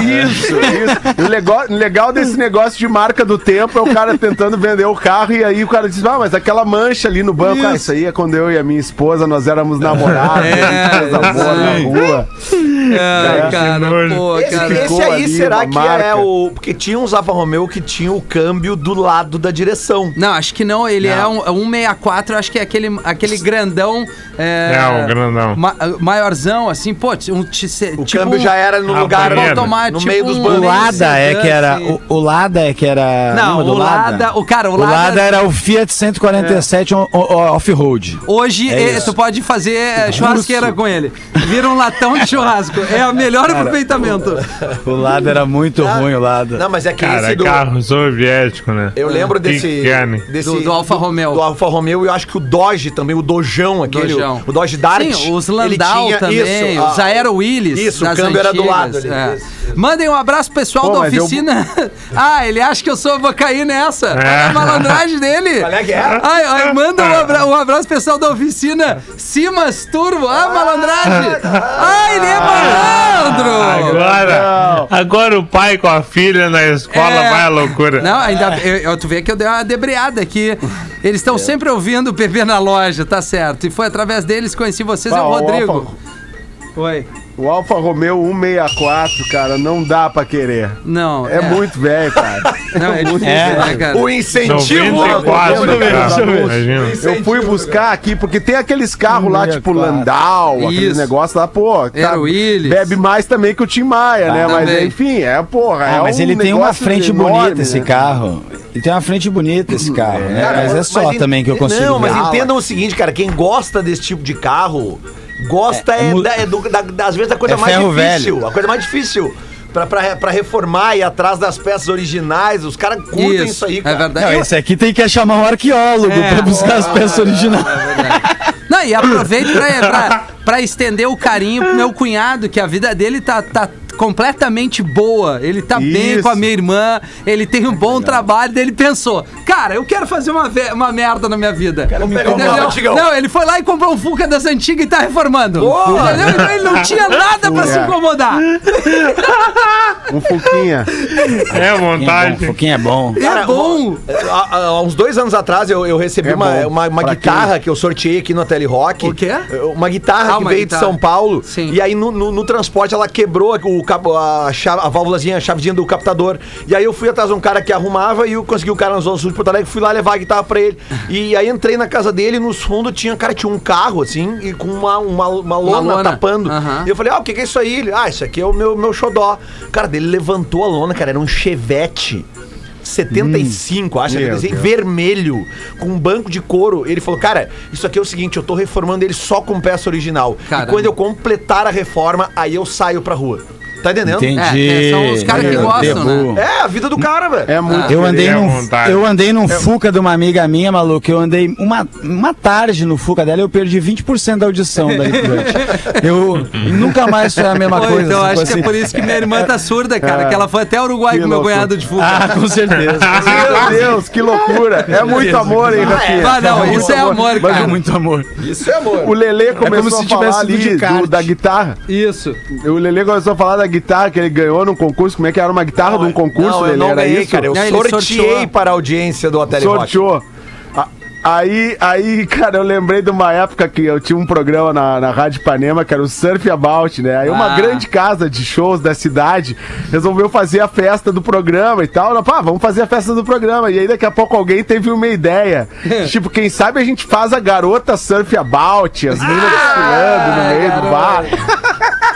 Speaker 4: Isso, isso. O legal, o legal desse negócio de marca do tempo é o cara tentando vender o carro e aí o cara diz: Ah, mas aquela mancha ali no banco, ah, isso aí é quando eu e a minha esposa nós éramos namorados,
Speaker 1: É,
Speaker 4: a gente fez amor na
Speaker 1: exato.
Speaker 4: rua.
Speaker 1: Ai,
Speaker 3: que
Speaker 1: Ah, cara,
Speaker 3: nojo.
Speaker 1: pô,
Speaker 2: Esse,
Speaker 1: cara.
Speaker 2: esse
Speaker 4: ficou
Speaker 2: aí
Speaker 4: ali
Speaker 2: será
Speaker 4: uma
Speaker 2: que
Speaker 4: marca.
Speaker 2: é o. Porque tinha uns Alfa Romeo que tinha o câmbio do lado da direção.
Speaker 1: Não, acho que não, ele é um, é um 64, acho que é aquele, aquele grandão. É,
Speaker 3: É, o grandão.
Speaker 1: ma- maiorzão, assim, pô, ti- um, ti- se-
Speaker 2: O câmbio já é- era no
Speaker 3: a
Speaker 2: lugar
Speaker 3: banheira.
Speaker 2: automático, no meio dos
Speaker 1: um Tipo um
Speaker 5: O
Speaker 2: bancos.
Speaker 5: Lada é que era. O, o Lada é que era.
Speaker 1: Não,
Speaker 5: lembra
Speaker 1: o
Speaker 5: do
Speaker 1: Lada, o cara, o
Speaker 5: O
Speaker 1: Lada, É.
Speaker 5: Lada, era o Fiat 147 on- on-
Speaker 1: [laughs]
Speaker 5: off-road.
Speaker 1: hoje
Speaker 5: É
Speaker 1: eh,
Speaker 5: isso.
Speaker 1: tu pode fazer eh, churrasqueira com ele. Vira um latão de churrasco. É o melhor aproveitamento.
Speaker 5: O Lada era muito
Speaker 1: Ah,
Speaker 5: ruim, o Lada.
Speaker 2: Não, mas é que
Speaker 3: Cara,
Speaker 2: esse do.
Speaker 3: carro soviético, né?
Speaker 2: Eu lembro
Speaker 3: Que é, né?
Speaker 2: desse.
Speaker 3: carne.
Speaker 2: desse
Speaker 1: Do- do Alfa Romeo.
Speaker 2: Do Alfa Romeo e eu acho que o Dodge também, o Dojão aquele.
Speaker 1: Dojão.
Speaker 2: O Dodge Dart.
Speaker 1: Sim, os
Speaker 2: ele
Speaker 1: Landau
Speaker 2: tinha-
Speaker 1: também,
Speaker 2: isso,
Speaker 1: os
Speaker 2: a-
Speaker 1: Aero Willis.
Speaker 2: Isso,
Speaker 1: das
Speaker 2: o câmbio era do lado ali.
Speaker 1: é.
Speaker 2: Isso,
Speaker 1: Mandem um abraço pro pessoal
Speaker 4: Pô,
Speaker 1: da
Speaker 4: mas eu- [laughs]
Speaker 1: oficina. ah, ele acha que eu sou, vou cair nessa. É.
Speaker 3: É.
Speaker 1: a malandragem dele.
Speaker 2: Qual é que é?
Speaker 1: Ai, ai, manda um abraço, um abraço pro pessoal da oficina. Simas Turbo. Ah, malandragem. Ah, ele é
Speaker 4: Ah.
Speaker 1: malandro.
Speaker 3: Agora, agora o pai com a filha na escola
Speaker 1: É.
Speaker 3: vai à loucura.
Speaker 1: Não, ainda. Eu, eu- tu vê que eu dei uma debreada aqui. Eles estão sempre ouvindo o PB na loja, tá certo. E foi através deles que conheci vocês, é o
Speaker 4: Ah, o
Speaker 1: Rodrigo.
Speaker 4: Alfa-
Speaker 1: Oi.
Speaker 4: O Alfa Romeo 164, cara, não dá pra querer.
Speaker 1: Não.
Speaker 4: É, muito velho, [laughs] cara.
Speaker 1: Não, é difícil,
Speaker 5: É.
Speaker 1: né, cara?
Speaker 2: O incentivo.
Speaker 3: 94,
Speaker 4: Deixa eu ver, deixa eu
Speaker 3: cara.
Speaker 4: ver.
Speaker 3: Imagina.
Speaker 4: Eu fui buscar aqui, porque tem aqueles carros lá, tipo
Speaker 5: 164.
Speaker 4: Landau, aqueles
Speaker 1: Isso.
Speaker 4: negócios lá, pô. tá
Speaker 1: Era o Willys.
Speaker 4: Bebe mais também que o Tim Maia, né? Mas
Speaker 1: Também.
Speaker 4: enfim, é, porra.
Speaker 5: Ah,
Speaker 4: é
Speaker 5: mas
Speaker 4: um
Speaker 5: ele tem uma
Speaker 4: negócio
Speaker 5: frente
Speaker 4: enorme,
Speaker 5: bonita esse
Speaker 4: né?
Speaker 5: carro. Ele tem uma frente bonita esse carro, né? mas é só
Speaker 2: en-
Speaker 5: também que eu consigo.
Speaker 2: Não, mas
Speaker 5: ver.
Speaker 2: entendam o seguinte, cara, quem gosta desse tipo de carro, gosta
Speaker 5: É, é
Speaker 2: é,
Speaker 5: mu-
Speaker 2: da, é do- da- da- às vezes da coisa
Speaker 5: É
Speaker 2: mais
Speaker 5: ferro
Speaker 2: difícil.
Speaker 5: velho.
Speaker 2: A coisa mais difícil. Pra, pra, pra reformar e ir atrás das peças originais, os caras curtem isso, aí,
Speaker 1: É
Speaker 2: cara.
Speaker 1: verdade.
Speaker 5: Não,
Speaker 1: Eu-
Speaker 5: esse aqui tem que chamar um arqueólogo
Speaker 1: É.
Speaker 5: pra buscar as peças originais.
Speaker 1: Não, e aproveito pra, é, pra- pra estender o carinho pro meu cunhado, que a vida dele tá, tá completamente boa. Ele tá bem
Speaker 4: Isso.
Speaker 1: com a minha irmã, ele tem um bom trabalho, daí ele pensou, cara, eu quero fazer uma, ve- uma merda na minha vida.
Speaker 2: pegar um
Speaker 1: Entendeu?
Speaker 2: carro antigão.
Speaker 1: Não, ele foi lá e comprou um Fuca das antigas e tá reformando.
Speaker 2: Boa!
Speaker 1: Entendeu? Então Ele não tinha nada pra se incomodar.
Speaker 4: Um Fuquinha.
Speaker 3: É
Speaker 1: Tá.
Speaker 5: Quem é bom,
Speaker 3: vontade.
Speaker 5: Quem é bom.
Speaker 1: É bom.
Speaker 2: Há, há uns dois anos atrás eu, eu recebi
Speaker 4: É
Speaker 2: uma,
Speaker 4: bom.
Speaker 2: uma, uma
Speaker 4: Pra
Speaker 2: guitarra que eu sorteei aqui no Tele Rock. É,
Speaker 1: O quê?
Speaker 2: Uma guitarra
Speaker 1: Ah,
Speaker 2: que
Speaker 1: uma
Speaker 2: veio
Speaker 1: guitarra.
Speaker 2: de São Paulo.
Speaker 1: Sim.
Speaker 2: E aí no, no- no transporte ela quebrou o cabo- a, chave, a válvulazinha, a chavezinha do captador. E aí eu fui atrás de um cara que arrumava e eu consegui o cara na Zona Sul de Porto Alegre, fui lá levar a guitarra pra ele. E aí entrei na casa dele, e nos fundos tinha, cara, tinha um carro, assim, e com uma, uma, uma lona,
Speaker 1: lona.
Speaker 2: tapando.
Speaker 1: Aham.
Speaker 2: E eu falei, ah, o que, que é isso aí? Ele, ah, isso aqui é o meu, meu xodó. Cara, dele levantou a lona, cara, era um chevette. 75, acho,
Speaker 4: Hum. Meu
Speaker 2: 75,
Speaker 4: Deus.
Speaker 2: vermelho, com um banco de couro. Ele falou, cara, isso aqui é o seguinte, eu tô reformando ele só com peça original.
Speaker 1: Caramba.
Speaker 2: E quando eu completar a reforma, aí eu saio pra rua. Tá entendendo?
Speaker 5: Entendi.
Speaker 1: É, são os caras que
Speaker 5: Entendi.
Speaker 1: gostam, né?
Speaker 2: É, a vida do cara, velho.
Speaker 4: É muito.
Speaker 5: Ah. Eu andei,
Speaker 3: É
Speaker 5: num,
Speaker 3: vontade.
Speaker 5: eu andei num Fuca de uma amiga minha, maluco. Eu andei uma, uma tarde no Fuca dela e eu perdi 20% da audição daí por diante. Eu nunca mais foi a mesma
Speaker 1: Pô,
Speaker 5: coisa.
Speaker 1: então
Speaker 5: assim,
Speaker 1: acho que
Speaker 5: assim.
Speaker 1: é por isso que minha irmã tá surda, cara. Que ela foi até Uruguai
Speaker 4: que
Speaker 1: com meu
Speaker 4: loucura.
Speaker 1: cunhado de fuga.
Speaker 5: Ah, com certeza.
Speaker 4: Meu Deus, que loucura. É muito amor, hein, Rafinha?
Speaker 1: Ah, não,
Speaker 4: muito
Speaker 1: isso é amor,
Speaker 5: Mas
Speaker 1: cara.
Speaker 5: é muito amor.
Speaker 2: Isso é amor.
Speaker 4: O Lelê
Speaker 5: como
Speaker 4: começou
Speaker 5: se
Speaker 4: a falar
Speaker 5: tivesse
Speaker 4: ali
Speaker 5: ido de
Speaker 4: do-
Speaker 5: kart.
Speaker 4: da guitarra.
Speaker 1: Isso.
Speaker 4: O Lelê começou a falar da guitarra que ele ganhou num concurso. Como é que era uma guitarra de um concurso,
Speaker 2: não, eu
Speaker 4: Lelê?
Speaker 2: não
Speaker 4: era
Speaker 2: ganhei,
Speaker 4: isso?
Speaker 2: cara. Eu
Speaker 1: Não, ele
Speaker 2: sorteei
Speaker 1: sorteou.
Speaker 2: para a audiência do Ateli Rock.
Speaker 4: Sorteou. A- Aí, aí, [laughs] cara, eu lembrei de uma época que eu tinha um programa na, na Rádio Ipanema, que era o Surf About, né? Aí uma
Speaker 1: Ah.
Speaker 4: grande casa de shows da cidade resolveu fazer a festa do programa e tal. Ela, Pá, vamos fazer a festa do programa. E aí daqui a pouco alguém teve uma ideia. tipo, quem sabe a gente faz a garota Surf About, as meninas desfilando no meio do bar.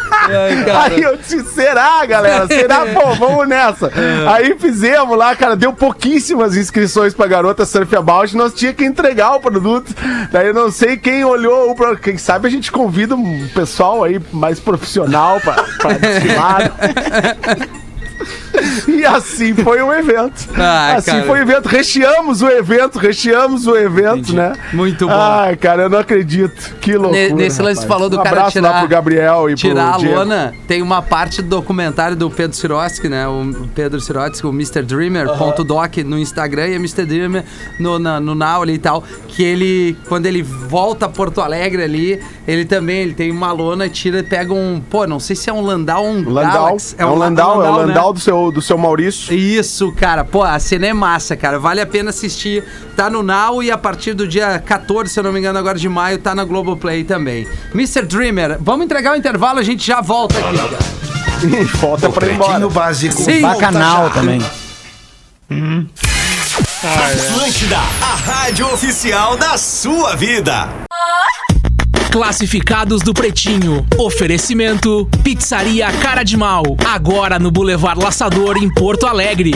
Speaker 1: Ai, cara.
Speaker 4: Aí eu disse, será,
Speaker 1: [laughs]
Speaker 4: galera? Será? Pô, vamos nessa.
Speaker 1: É.
Speaker 4: Aí fizemos lá, cara, deu pouquíssimas inscrições pra garota Surf About, nós tinha que entregar o produto. Daí eu não sei quem olhou o produto. Quem sabe a gente convida um pessoal aí mais profissional pra,
Speaker 1: [laughs]
Speaker 4: pra desfilar. E assim foi o evento.
Speaker 1: Ah,
Speaker 4: assim
Speaker 1: cara.
Speaker 4: foi o evento. Recheamos o evento, recheamos o evento, né?
Speaker 1: Muito bom.
Speaker 4: Ai, cara, eu não acredito. Que loucura.
Speaker 1: nesse lance
Speaker 4: rapaz.
Speaker 1: falou do
Speaker 4: um
Speaker 1: cara
Speaker 4: abraço lá
Speaker 1: tirar-
Speaker 4: pro Gabriel e
Speaker 1: Tirar a
Speaker 4: pro Diego.
Speaker 1: lona, tem uma parte do documentário do Pedro Sirotsky, né? O Pedro Sirotsky, o Mr. Dreamer, ponto doc no Instagram e o Mr. Dreamer no, na, no Now ali e tal. Que ele, quando ele volta a Porto Alegre ali, ele também ele tem uma lona, tira e pega um. Pô, não sei se é um Landau ou um
Speaker 4: Landau.
Speaker 1: Galaxy.
Speaker 4: É, um Landau, é o
Speaker 1: né?
Speaker 4: Landau do, seu, do seu Maurício.
Speaker 1: Isso, cara. Pô, a cena é massa, cara. Vale a pena assistir. Tá no Now e a partir do dia 14, se eu não me engano, agora de maio, tá na Globoplay também. Mr. Dreamer, vamos entregar o intervalo, a gente já volta aqui. cara.
Speaker 4: E volta pra ir embora.
Speaker 7: básico.
Speaker 1: Sim.
Speaker 5: Bacanal também.
Speaker 7: Atlântida, a rádio oficial da sua vida.
Speaker 8: Classificados do Pretinho. Oferecimento: Pizzaria Cara de Mal. Agora no Boulevard Laçador, em Porto Alegre.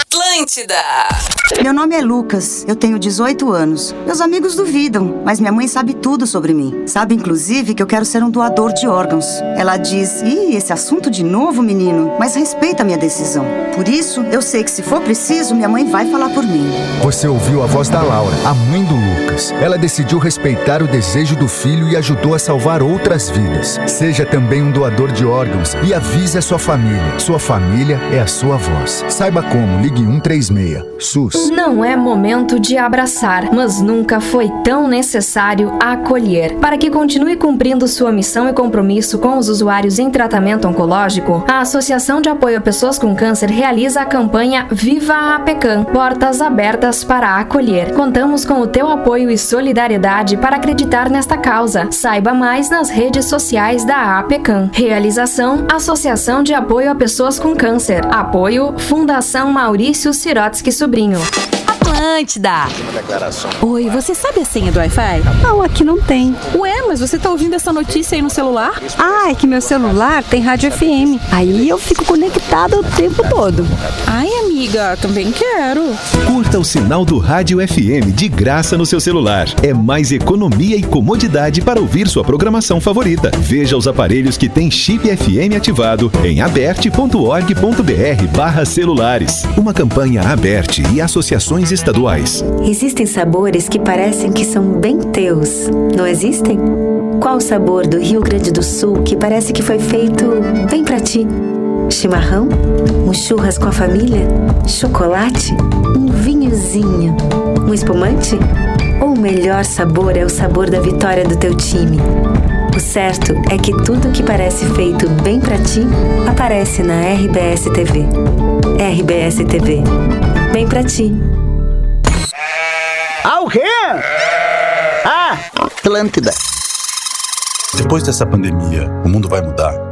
Speaker 9: Atlântida!
Speaker 10: Meu nome é Lucas, eu tenho 18 anos. Meus amigos duvidam, mas minha mãe sabe tudo sobre mim. Sabe, inclusive, que eu quero ser um doador de órgãos. Ela diz: Ih, esse assunto de novo, menino, mas respeita a minha decisão. Por isso, eu sei que se for preciso, minha mãe vai falar por mim.
Speaker 7: Você ouviu a voz da Laura, a mãe do Lucas. Ela decidiu respeitar o desejo do filho e ajudou a salvar outras vidas. Seja também um doador de órgãos e avise a sua família. Sua família é a sua voz. Saiba como, ligue 136. SUS.
Speaker 10: Não é momento de abraçar, mas nunca foi tão necessário acolher. Para que continue cumprindo sua missão e compromisso com os usuários em tratamento oncológico, a Associação de Apoio a Pessoas com Câncer realiza a campanha Viva a APECAM Portas Abertas para Acolher. Contamos com o teu apoio e solidariedade para acreditar nesta causa. Saiba mais nas redes sociais da APECAM. Realização: Associação de Apoio a Pessoas com Câncer. Apoio: Fundação Maurício Sirotsky Sobrinho.
Speaker 11: Atlântida. Oi, você sabe a senha do Wi-Fi?
Speaker 12: Não, aqui não tem.
Speaker 11: Ué, mas você tá ouvindo essa notícia aí no celular?
Speaker 12: Ah, é que meu celular tem rádio FM. Aí eu fico conectada o tempo todo.
Speaker 11: Ai, amiga, também quero.
Speaker 13: Curta o sinal do Rádio FM de graça no seu celular. É mais economia e comodidade para ouvir sua programação favorita. Veja os aparelhos que têm chip FM ativado em aberte.org.br barra celulares. Uma campanha aberte e associações estaduais.
Speaker 14: Existem sabores que parecem que são bem teus, não existem? Qual o sabor do Rio Grande do Sul que parece que foi feito bem pra ti? Chimarrão? Um churras com a família? Chocolate? Um vinhozinho? Um espumante? Ou o melhor sabor é o sabor da vitória do teu time? O certo é que tudo que parece feito bem pra ti aparece na RBS TV. RBS TV. Bem pra ti.
Speaker 15: Ah, o quê? Ah, Atlântida.
Speaker 16: Depois dessa pandemia, o mundo vai mudar.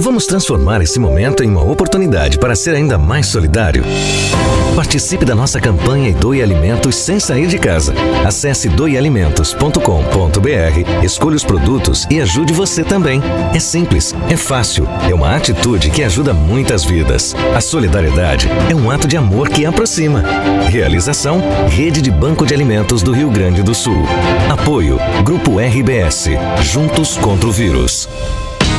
Speaker 17: Vamos transformar esse momento em uma oportunidade para ser ainda mais solidário. Participe da nossa campanha e doe alimentos sem sair de casa. Acesse doealimentos.com.br, escolha os produtos e ajude você também. É simples, é fácil, é uma atitude que ajuda muitas vidas. A solidariedade é um ato de amor que aproxima. Realização: Rede de Banco de Alimentos do Rio Grande do Sul. Apoio: Grupo RBS. Juntos contra o vírus.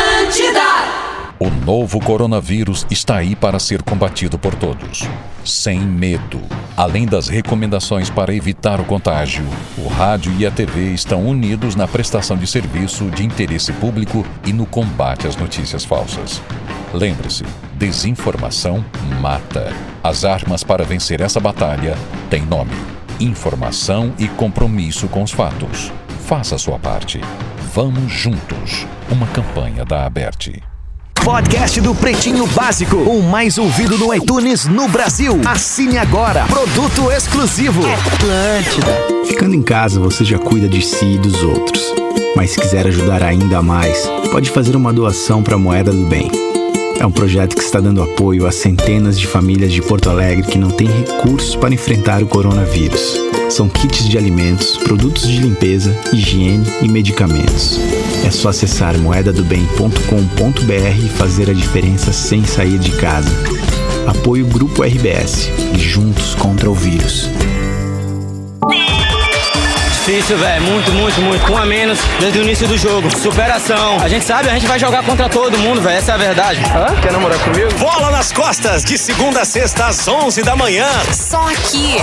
Speaker 18: Atlântida! O novo coronavírus está aí para ser combatido por todos. Sem medo. Além das recomendações para evitar o contágio, o rádio e a TV estão unidos na prestação de serviço de interesse público e no combate às notícias falsas. Lembre-se: desinformação mata. As armas para vencer essa batalha têm nome: informação e compromisso com os fatos. Faça a sua parte. Vamos juntos. Uma campanha da Aberte.
Speaker 19: Podcast do Pretinho Básico, o mais ouvido no iTunes no Brasil. Assine agora. Produto exclusivo. Atlântida.
Speaker 20: Ficando em casa, você já cuida de si e dos outros. Mas se quiser ajudar ainda mais, pode fazer uma doação para a Moeda do Bem. É um projeto que está dando apoio a centenas de famílias de Porto Alegre que não têm recursos para enfrentar o coronavírus. São kits de alimentos, produtos de limpeza, higiene e medicamentos. É só acessar moedadobem.com.br e fazer a diferença sem sair de casa. Apoio Grupo RBS e juntos contra o vírus.
Speaker 21: Difícil, velho. Muito, muito, muito. Um a menos desde o início do jogo. Superação. A gente sabe, a gente vai jogar contra todo mundo, velho. Essa é a verdade. Hã? Quer namorar comigo?
Speaker 19: Bola nas costas, de segunda a sexta às 11 da manhã.
Speaker 11: Só aqui.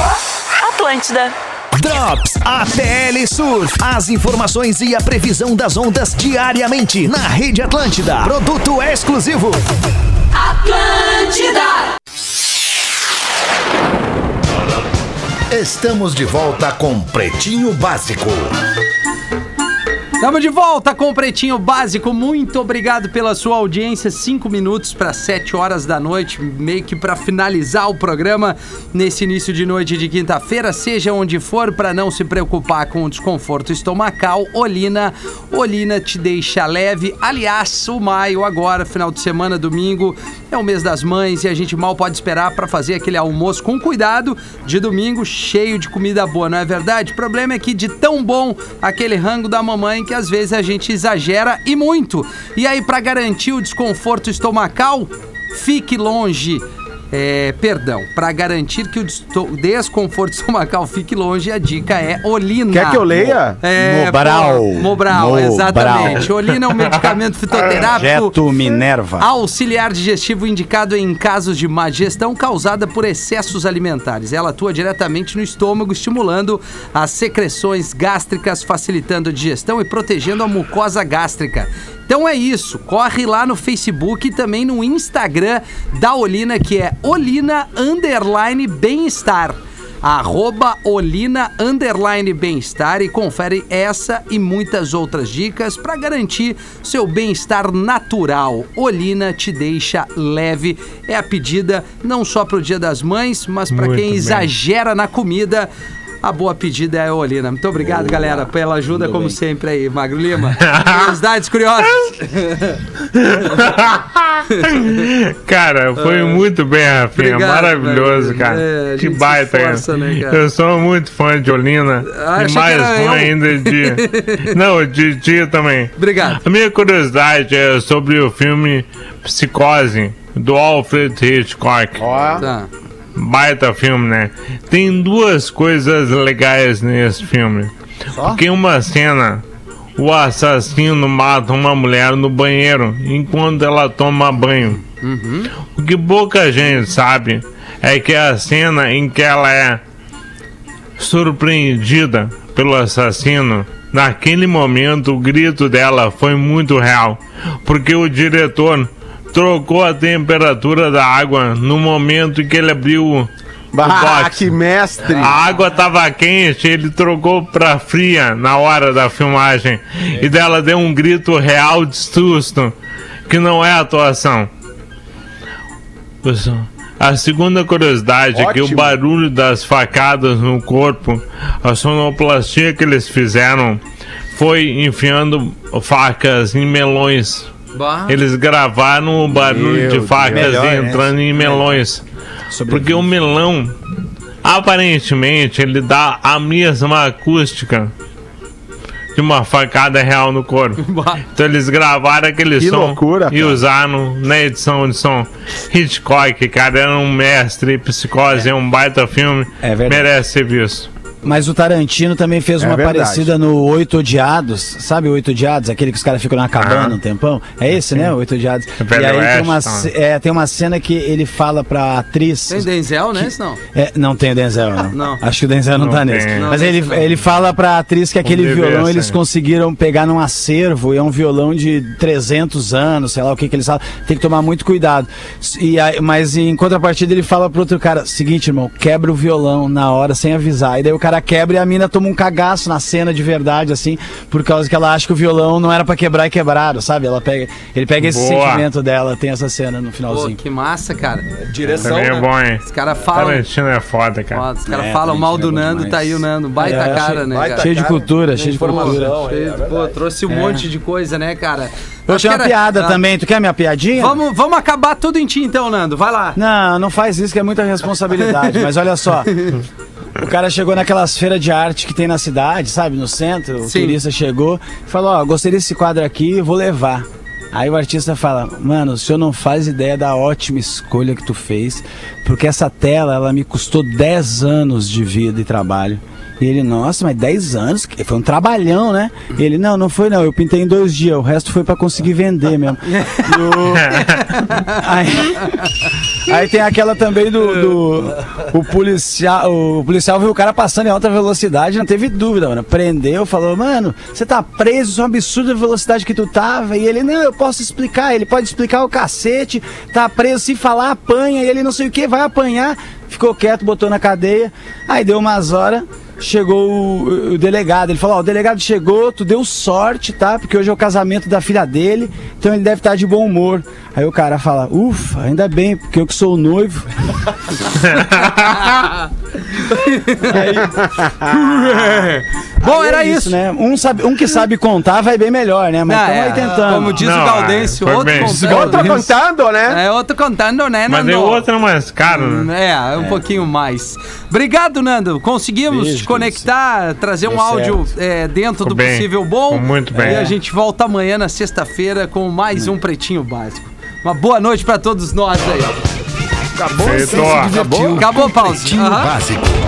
Speaker 11: Atlântida.
Speaker 19: Drops ATL Surf. As informações e a previsão das ondas diariamente na Rede Atlântida. Produto exclusivo.
Speaker 11: Atlântida.
Speaker 19: Estamos de volta com Pretinho Básico.
Speaker 1: Estamos de volta com o Pretinho Básico. Muito obrigado pela sua audiência. Cinco minutos para sete horas da noite, meio que para finalizar o programa nesse início de noite de quinta-feira. Seja onde for, para não se preocupar com o desconforto estomacal, Olina, Olina te deixa leve. Aliás, o maio agora, final de semana, domingo, é o mês das mães e a gente mal pode esperar para fazer aquele almoço com cuidado de domingo, cheio de comida boa, não é verdade? O problema é que de tão bom aquele rango da mamãe que às vezes a gente exagera e muito. E aí, para garantir o desconforto estomacal, fique longe é, perdão. Para garantir que o desto- desconforto estomacal fique longe, a dica é olina.
Speaker 4: Quer que eu leia?
Speaker 1: É,
Speaker 4: Mobral.
Speaker 1: pô, Mobral,
Speaker 4: Mobral.
Speaker 1: exatamente. Olina é um medicamento fitoterápico
Speaker 5: Projeto Minerva.
Speaker 1: Auxiliar digestivo indicado em casos de má digestão causada por excessos alimentares. Ela atua diretamente no estômago, estimulando as secreções gástricas, facilitando a digestão e protegendo a mucosa gástrica. Então é isso, corre lá no Facebook e também no Instagram da Olina, que é Olina Underline Bem-Estar arroba Olina Underline Bem-Estar e confere essa e muitas outras dicas para garantir seu bem-estar natural. Olina te deixa leve. É a pedida não só para o Dia das Mães, mas para
Speaker 3: Muito
Speaker 1: quem
Speaker 3: bem.
Speaker 1: exagera na comida. A boa pedida é a Olina. Muito obrigado, galera, pela ajuda, como sempre aí,
Speaker 3: [laughs]
Speaker 1: Magro Lima. Curiosidades curiosas.
Speaker 3: [laughs] Cara, foi muito bem, Rafinha.
Speaker 1: Ah. obrigado,
Speaker 3: Maravilhoso,
Speaker 1: velho.
Speaker 3: cara.
Speaker 1: É, a
Speaker 3: que
Speaker 1: gente se
Speaker 3: baita,
Speaker 1: esforça,
Speaker 3: cara.
Speaker 1: né, cara?
Speaker 3: Eu sou muito fã de Olina.
Speaker 1: Ah,
Speaker 3: e
Speaker 1: achei
Speaker 3: mais
Speaker 1: que era
Speaker 3: fã
Speaker 1: eu.
Speaker 3: ainda
Speaker 1: [laughs]
Speaker 3: de. Não, de ti também.
Speaker 1: Obrigado.
Speaker 3: A minha curiosidade é sobre o filme Psicose, do Alfred Hitchcock. Ó.
Speaker 1: Tá.
Speaker 3: Baita filme, né? Tem duas coisas legais nesse filme. Porque uma cena, o assassino mata uma mulher no banheiro enquanto ela toma banho. O que pouca gente sabe é que a cena em que ela é surpreendida pelo assassino, naquele momento o grito dela foi muito real, porque o diretor trocou a temperatura da água no momento em que ele abriu o
Speaker 4: Ah,
Speaker 3: box.
Speaker 4: que mestre!
Speaker 3: A água tava quente, ele trocou pra fria na hora da filmagem. E dela deu um grito real de susto, que não é atuação. A segunda curiosidade é que o
Speaker 4: Ótimo.
Speaker 3: barulho das facadas no corpo, a sonoplastia que eles fizeram foi enfiando facas em melões.
Speaker 1: Bah.
Speaker 3: Eles gravaram o barulho
Speaker 4: Meu
Speaker 3: de
Speaker 4: Deus.
Speaker 3: facas
Speaker 4: Melhor, né?
Speaker 3: entrando em melões. Porque um- o melão, aparentemente, ele dá a mesma acústica de uma facada real no corpo. Então eles gravaram aquele
Speaker 4: Que
Speaker 3: som
Speaker 4: loucura,
Speaker 3: e usaram na edição de som. Hitchcock, cara, era um mestre, psicose, é, um baita filme. Merece ser visto.
Speaker 5: Mas o Tarantino também fez
Speaker 3: É
Speaker 5: uma
Speaker 3: verdade.
Speaker 5: parecida no Oito Odiados. Sabe Oito Odiados? Aquele que os caras ficam na cabana
Speaker 3: Ah.
Speaker 5: um tempão? É esse, né? Oito Odiados.
Speaker 3: Velho
Speaker 5: E aí tem
Speaker 3: Oeste,
Speaker 5: uma,
Speaker 3: tá.
Speaker 5: ce- é, tem uma cena que ele fala pra atriz.
Speaker 1: Tem Denzel, né? Esse não.
Speaker 5: É, não tem o Denzel, não.
Speaker 1: Não.
Speaker 5: Acho que o Denzel não,
Speaker 1: Não
Speaker 5: tá
Speaker 1: tem.
Speaker 5: nesse.
Speaker 1: Não,
Speaker 5: Mas
Speaker 1: esse
Speaker 5: ele,
Speaker 1: não.
Speaker 5: ele fala pra atriz que aquele
Speaker 1: dever,
Speaker 5: violão eles
Speaker 1: sim.
Speaker 5: conseguiram pegar num acervo e é um violão de 300 anos, sei lá o que que eles falam. Tem que tomar muito cuidado. S- E aí- mas em contrapartida ele fala pro outro cara, seguinte, irmão, quebra o violão na hora sem avisar. E daí o cara quebra e a mina toma um cagaço na cena de verdade, assim, por causa que ela acha que o violão não era pra quebrar e quebraram, sabe? Ela pega, ele pega esse
Speaker 3: Boa.
Speaker 5: sentimento dela, tem essa cena no finalzinho.
Speaker 1: Que massa, cara.
Speaker 3: Direção, Também é né? bom, hein?
Speaker 1: Os caras falam.
Speaker 3: Tarantino é foda, cara.
Speaker 1: Os caras falam mal do Nando, tá aí o Nando. Baita
Speaker 5: É,
Speaker 1: cara,
Speaker 5: cheio-
Speaker 1: né,
Speaker 5: baita
Speaker 1: cara?
Speaker 5: Cheio de cara, cultura, cheio de informação, cultura.
Speaker 1: Cheio de- pô, trouxe um
Speaker 5: É.
Speaker 1: monte de coisa, né, cara?
Speaker 5: Eu
Speaker 1: Acho
Speaker 5: tinha
Speaker 1: que
Speaker 5: uma
Speaker 1: era-
Speaker 5: piada
Speaker 1: Ah,
Speaker 5: também, tu quer minha piadinha?
Speaker 1: Vamos, vamos acabar tudo em ti então, Nando. Vai lá.
Speaker 5: Não, não faz isso que é muita responsabilidade. mas olha só. O cara chegou naquelas feiras de arte que tem na cidade, sabe? No centro. O
Speaker 1: Sim.
Speaker 5: turista chegou e falou: Ó, gostaria desse quadro aqui, vou levar. Aí o artista fala: Mano, o senhor não faz ideia da ótima escolha que tu fez, porque essa tela, ela me custou 10 anos de vida e trabalho. E ele, nossa, mas 10 anos? que- Foi um trabalhão, né? E ele, não, não foi não, eu pintei em dois dias, o resto foi pra conseguir vender mesmo. E o- Aí- [laughs] Aí tem aquela também do, do- o policial, o policial viu o cara passando em alta velocidade, não teve dúvida, mano. Prendeu, falou: "Mano, você tá preso, isso é um absurdo a velocidade que tu tava". E ele: "Não, eu posso explicar". Ele pode explicar o cacete. Tá preso se falar apanha, e ele não sei o que, vai apanhar. Ficou quieto, botou na cadeia. Aí deu umas horas chegou o, o delegado. Ele falou: Ó, o delegado chegou, tu deu sorte, tá? Porque hoje é o casamento da filha dele, então ele deve estar de bom humor. Aí o cara fala: Ufa, ainda bem, porque eu que sou o noivo. [laughs]
Speaker 1: [laughs]
Speaker 5: Aí-
Speaker 1: Bom,
Speaker 5: Aí
Speaker 1: era
Speaker 5: é
Speaker 1: isso.
Speaker 5: né? Um, sabe, um que sabe contar vai bem melhor, né? Mas
Speaker 1: Não, é,
Speaker 5: estamos aí tentando.
Speaker 1: Como diz o
Speaker 3: Não,
Speaker 1: Gaudêncio,
Speaker 3: foi
Speaker 1: outro
Speaker 3: bem.
Speaker 1: contando.
Speaker 3: Outro
Speaker 1: Tá contando, né? É, outro contando, né,
Speaker 3: Mas
Speaker 1: Nando?
Speaker 3: é outra mais cara, né?
Speaker 1: É, um pouquinho mais. Obrigado, Nando. Conseguimos
Speaker 3: Beijo,
Speaker 1: te conectar, trazer
Speaker 3: Deu
Speaker 1: um áudio
Speaker 3: certo.
Speaker 1: é, dentro
Speaker 3: Ficou
Speaker 1: do
Speaker 3: bem.
Speaker 1: possível bom.
Speaker 3: Ficou muito bem.
Speaker 1: E a gente volta amanhã, na
Speaker 5: Hum.
Speaker 1: sexta-feira, com mais um Pretinho Básico. Uma boa noite pra todos nós aí. Acabou?
Speaker 22: Feito.
Speaker 1: Acabou?
Speaker 3: Acabou a pausa.
Speaker 1: Pretinho
Speaker 3: Aham.
Speaker 1: Básico.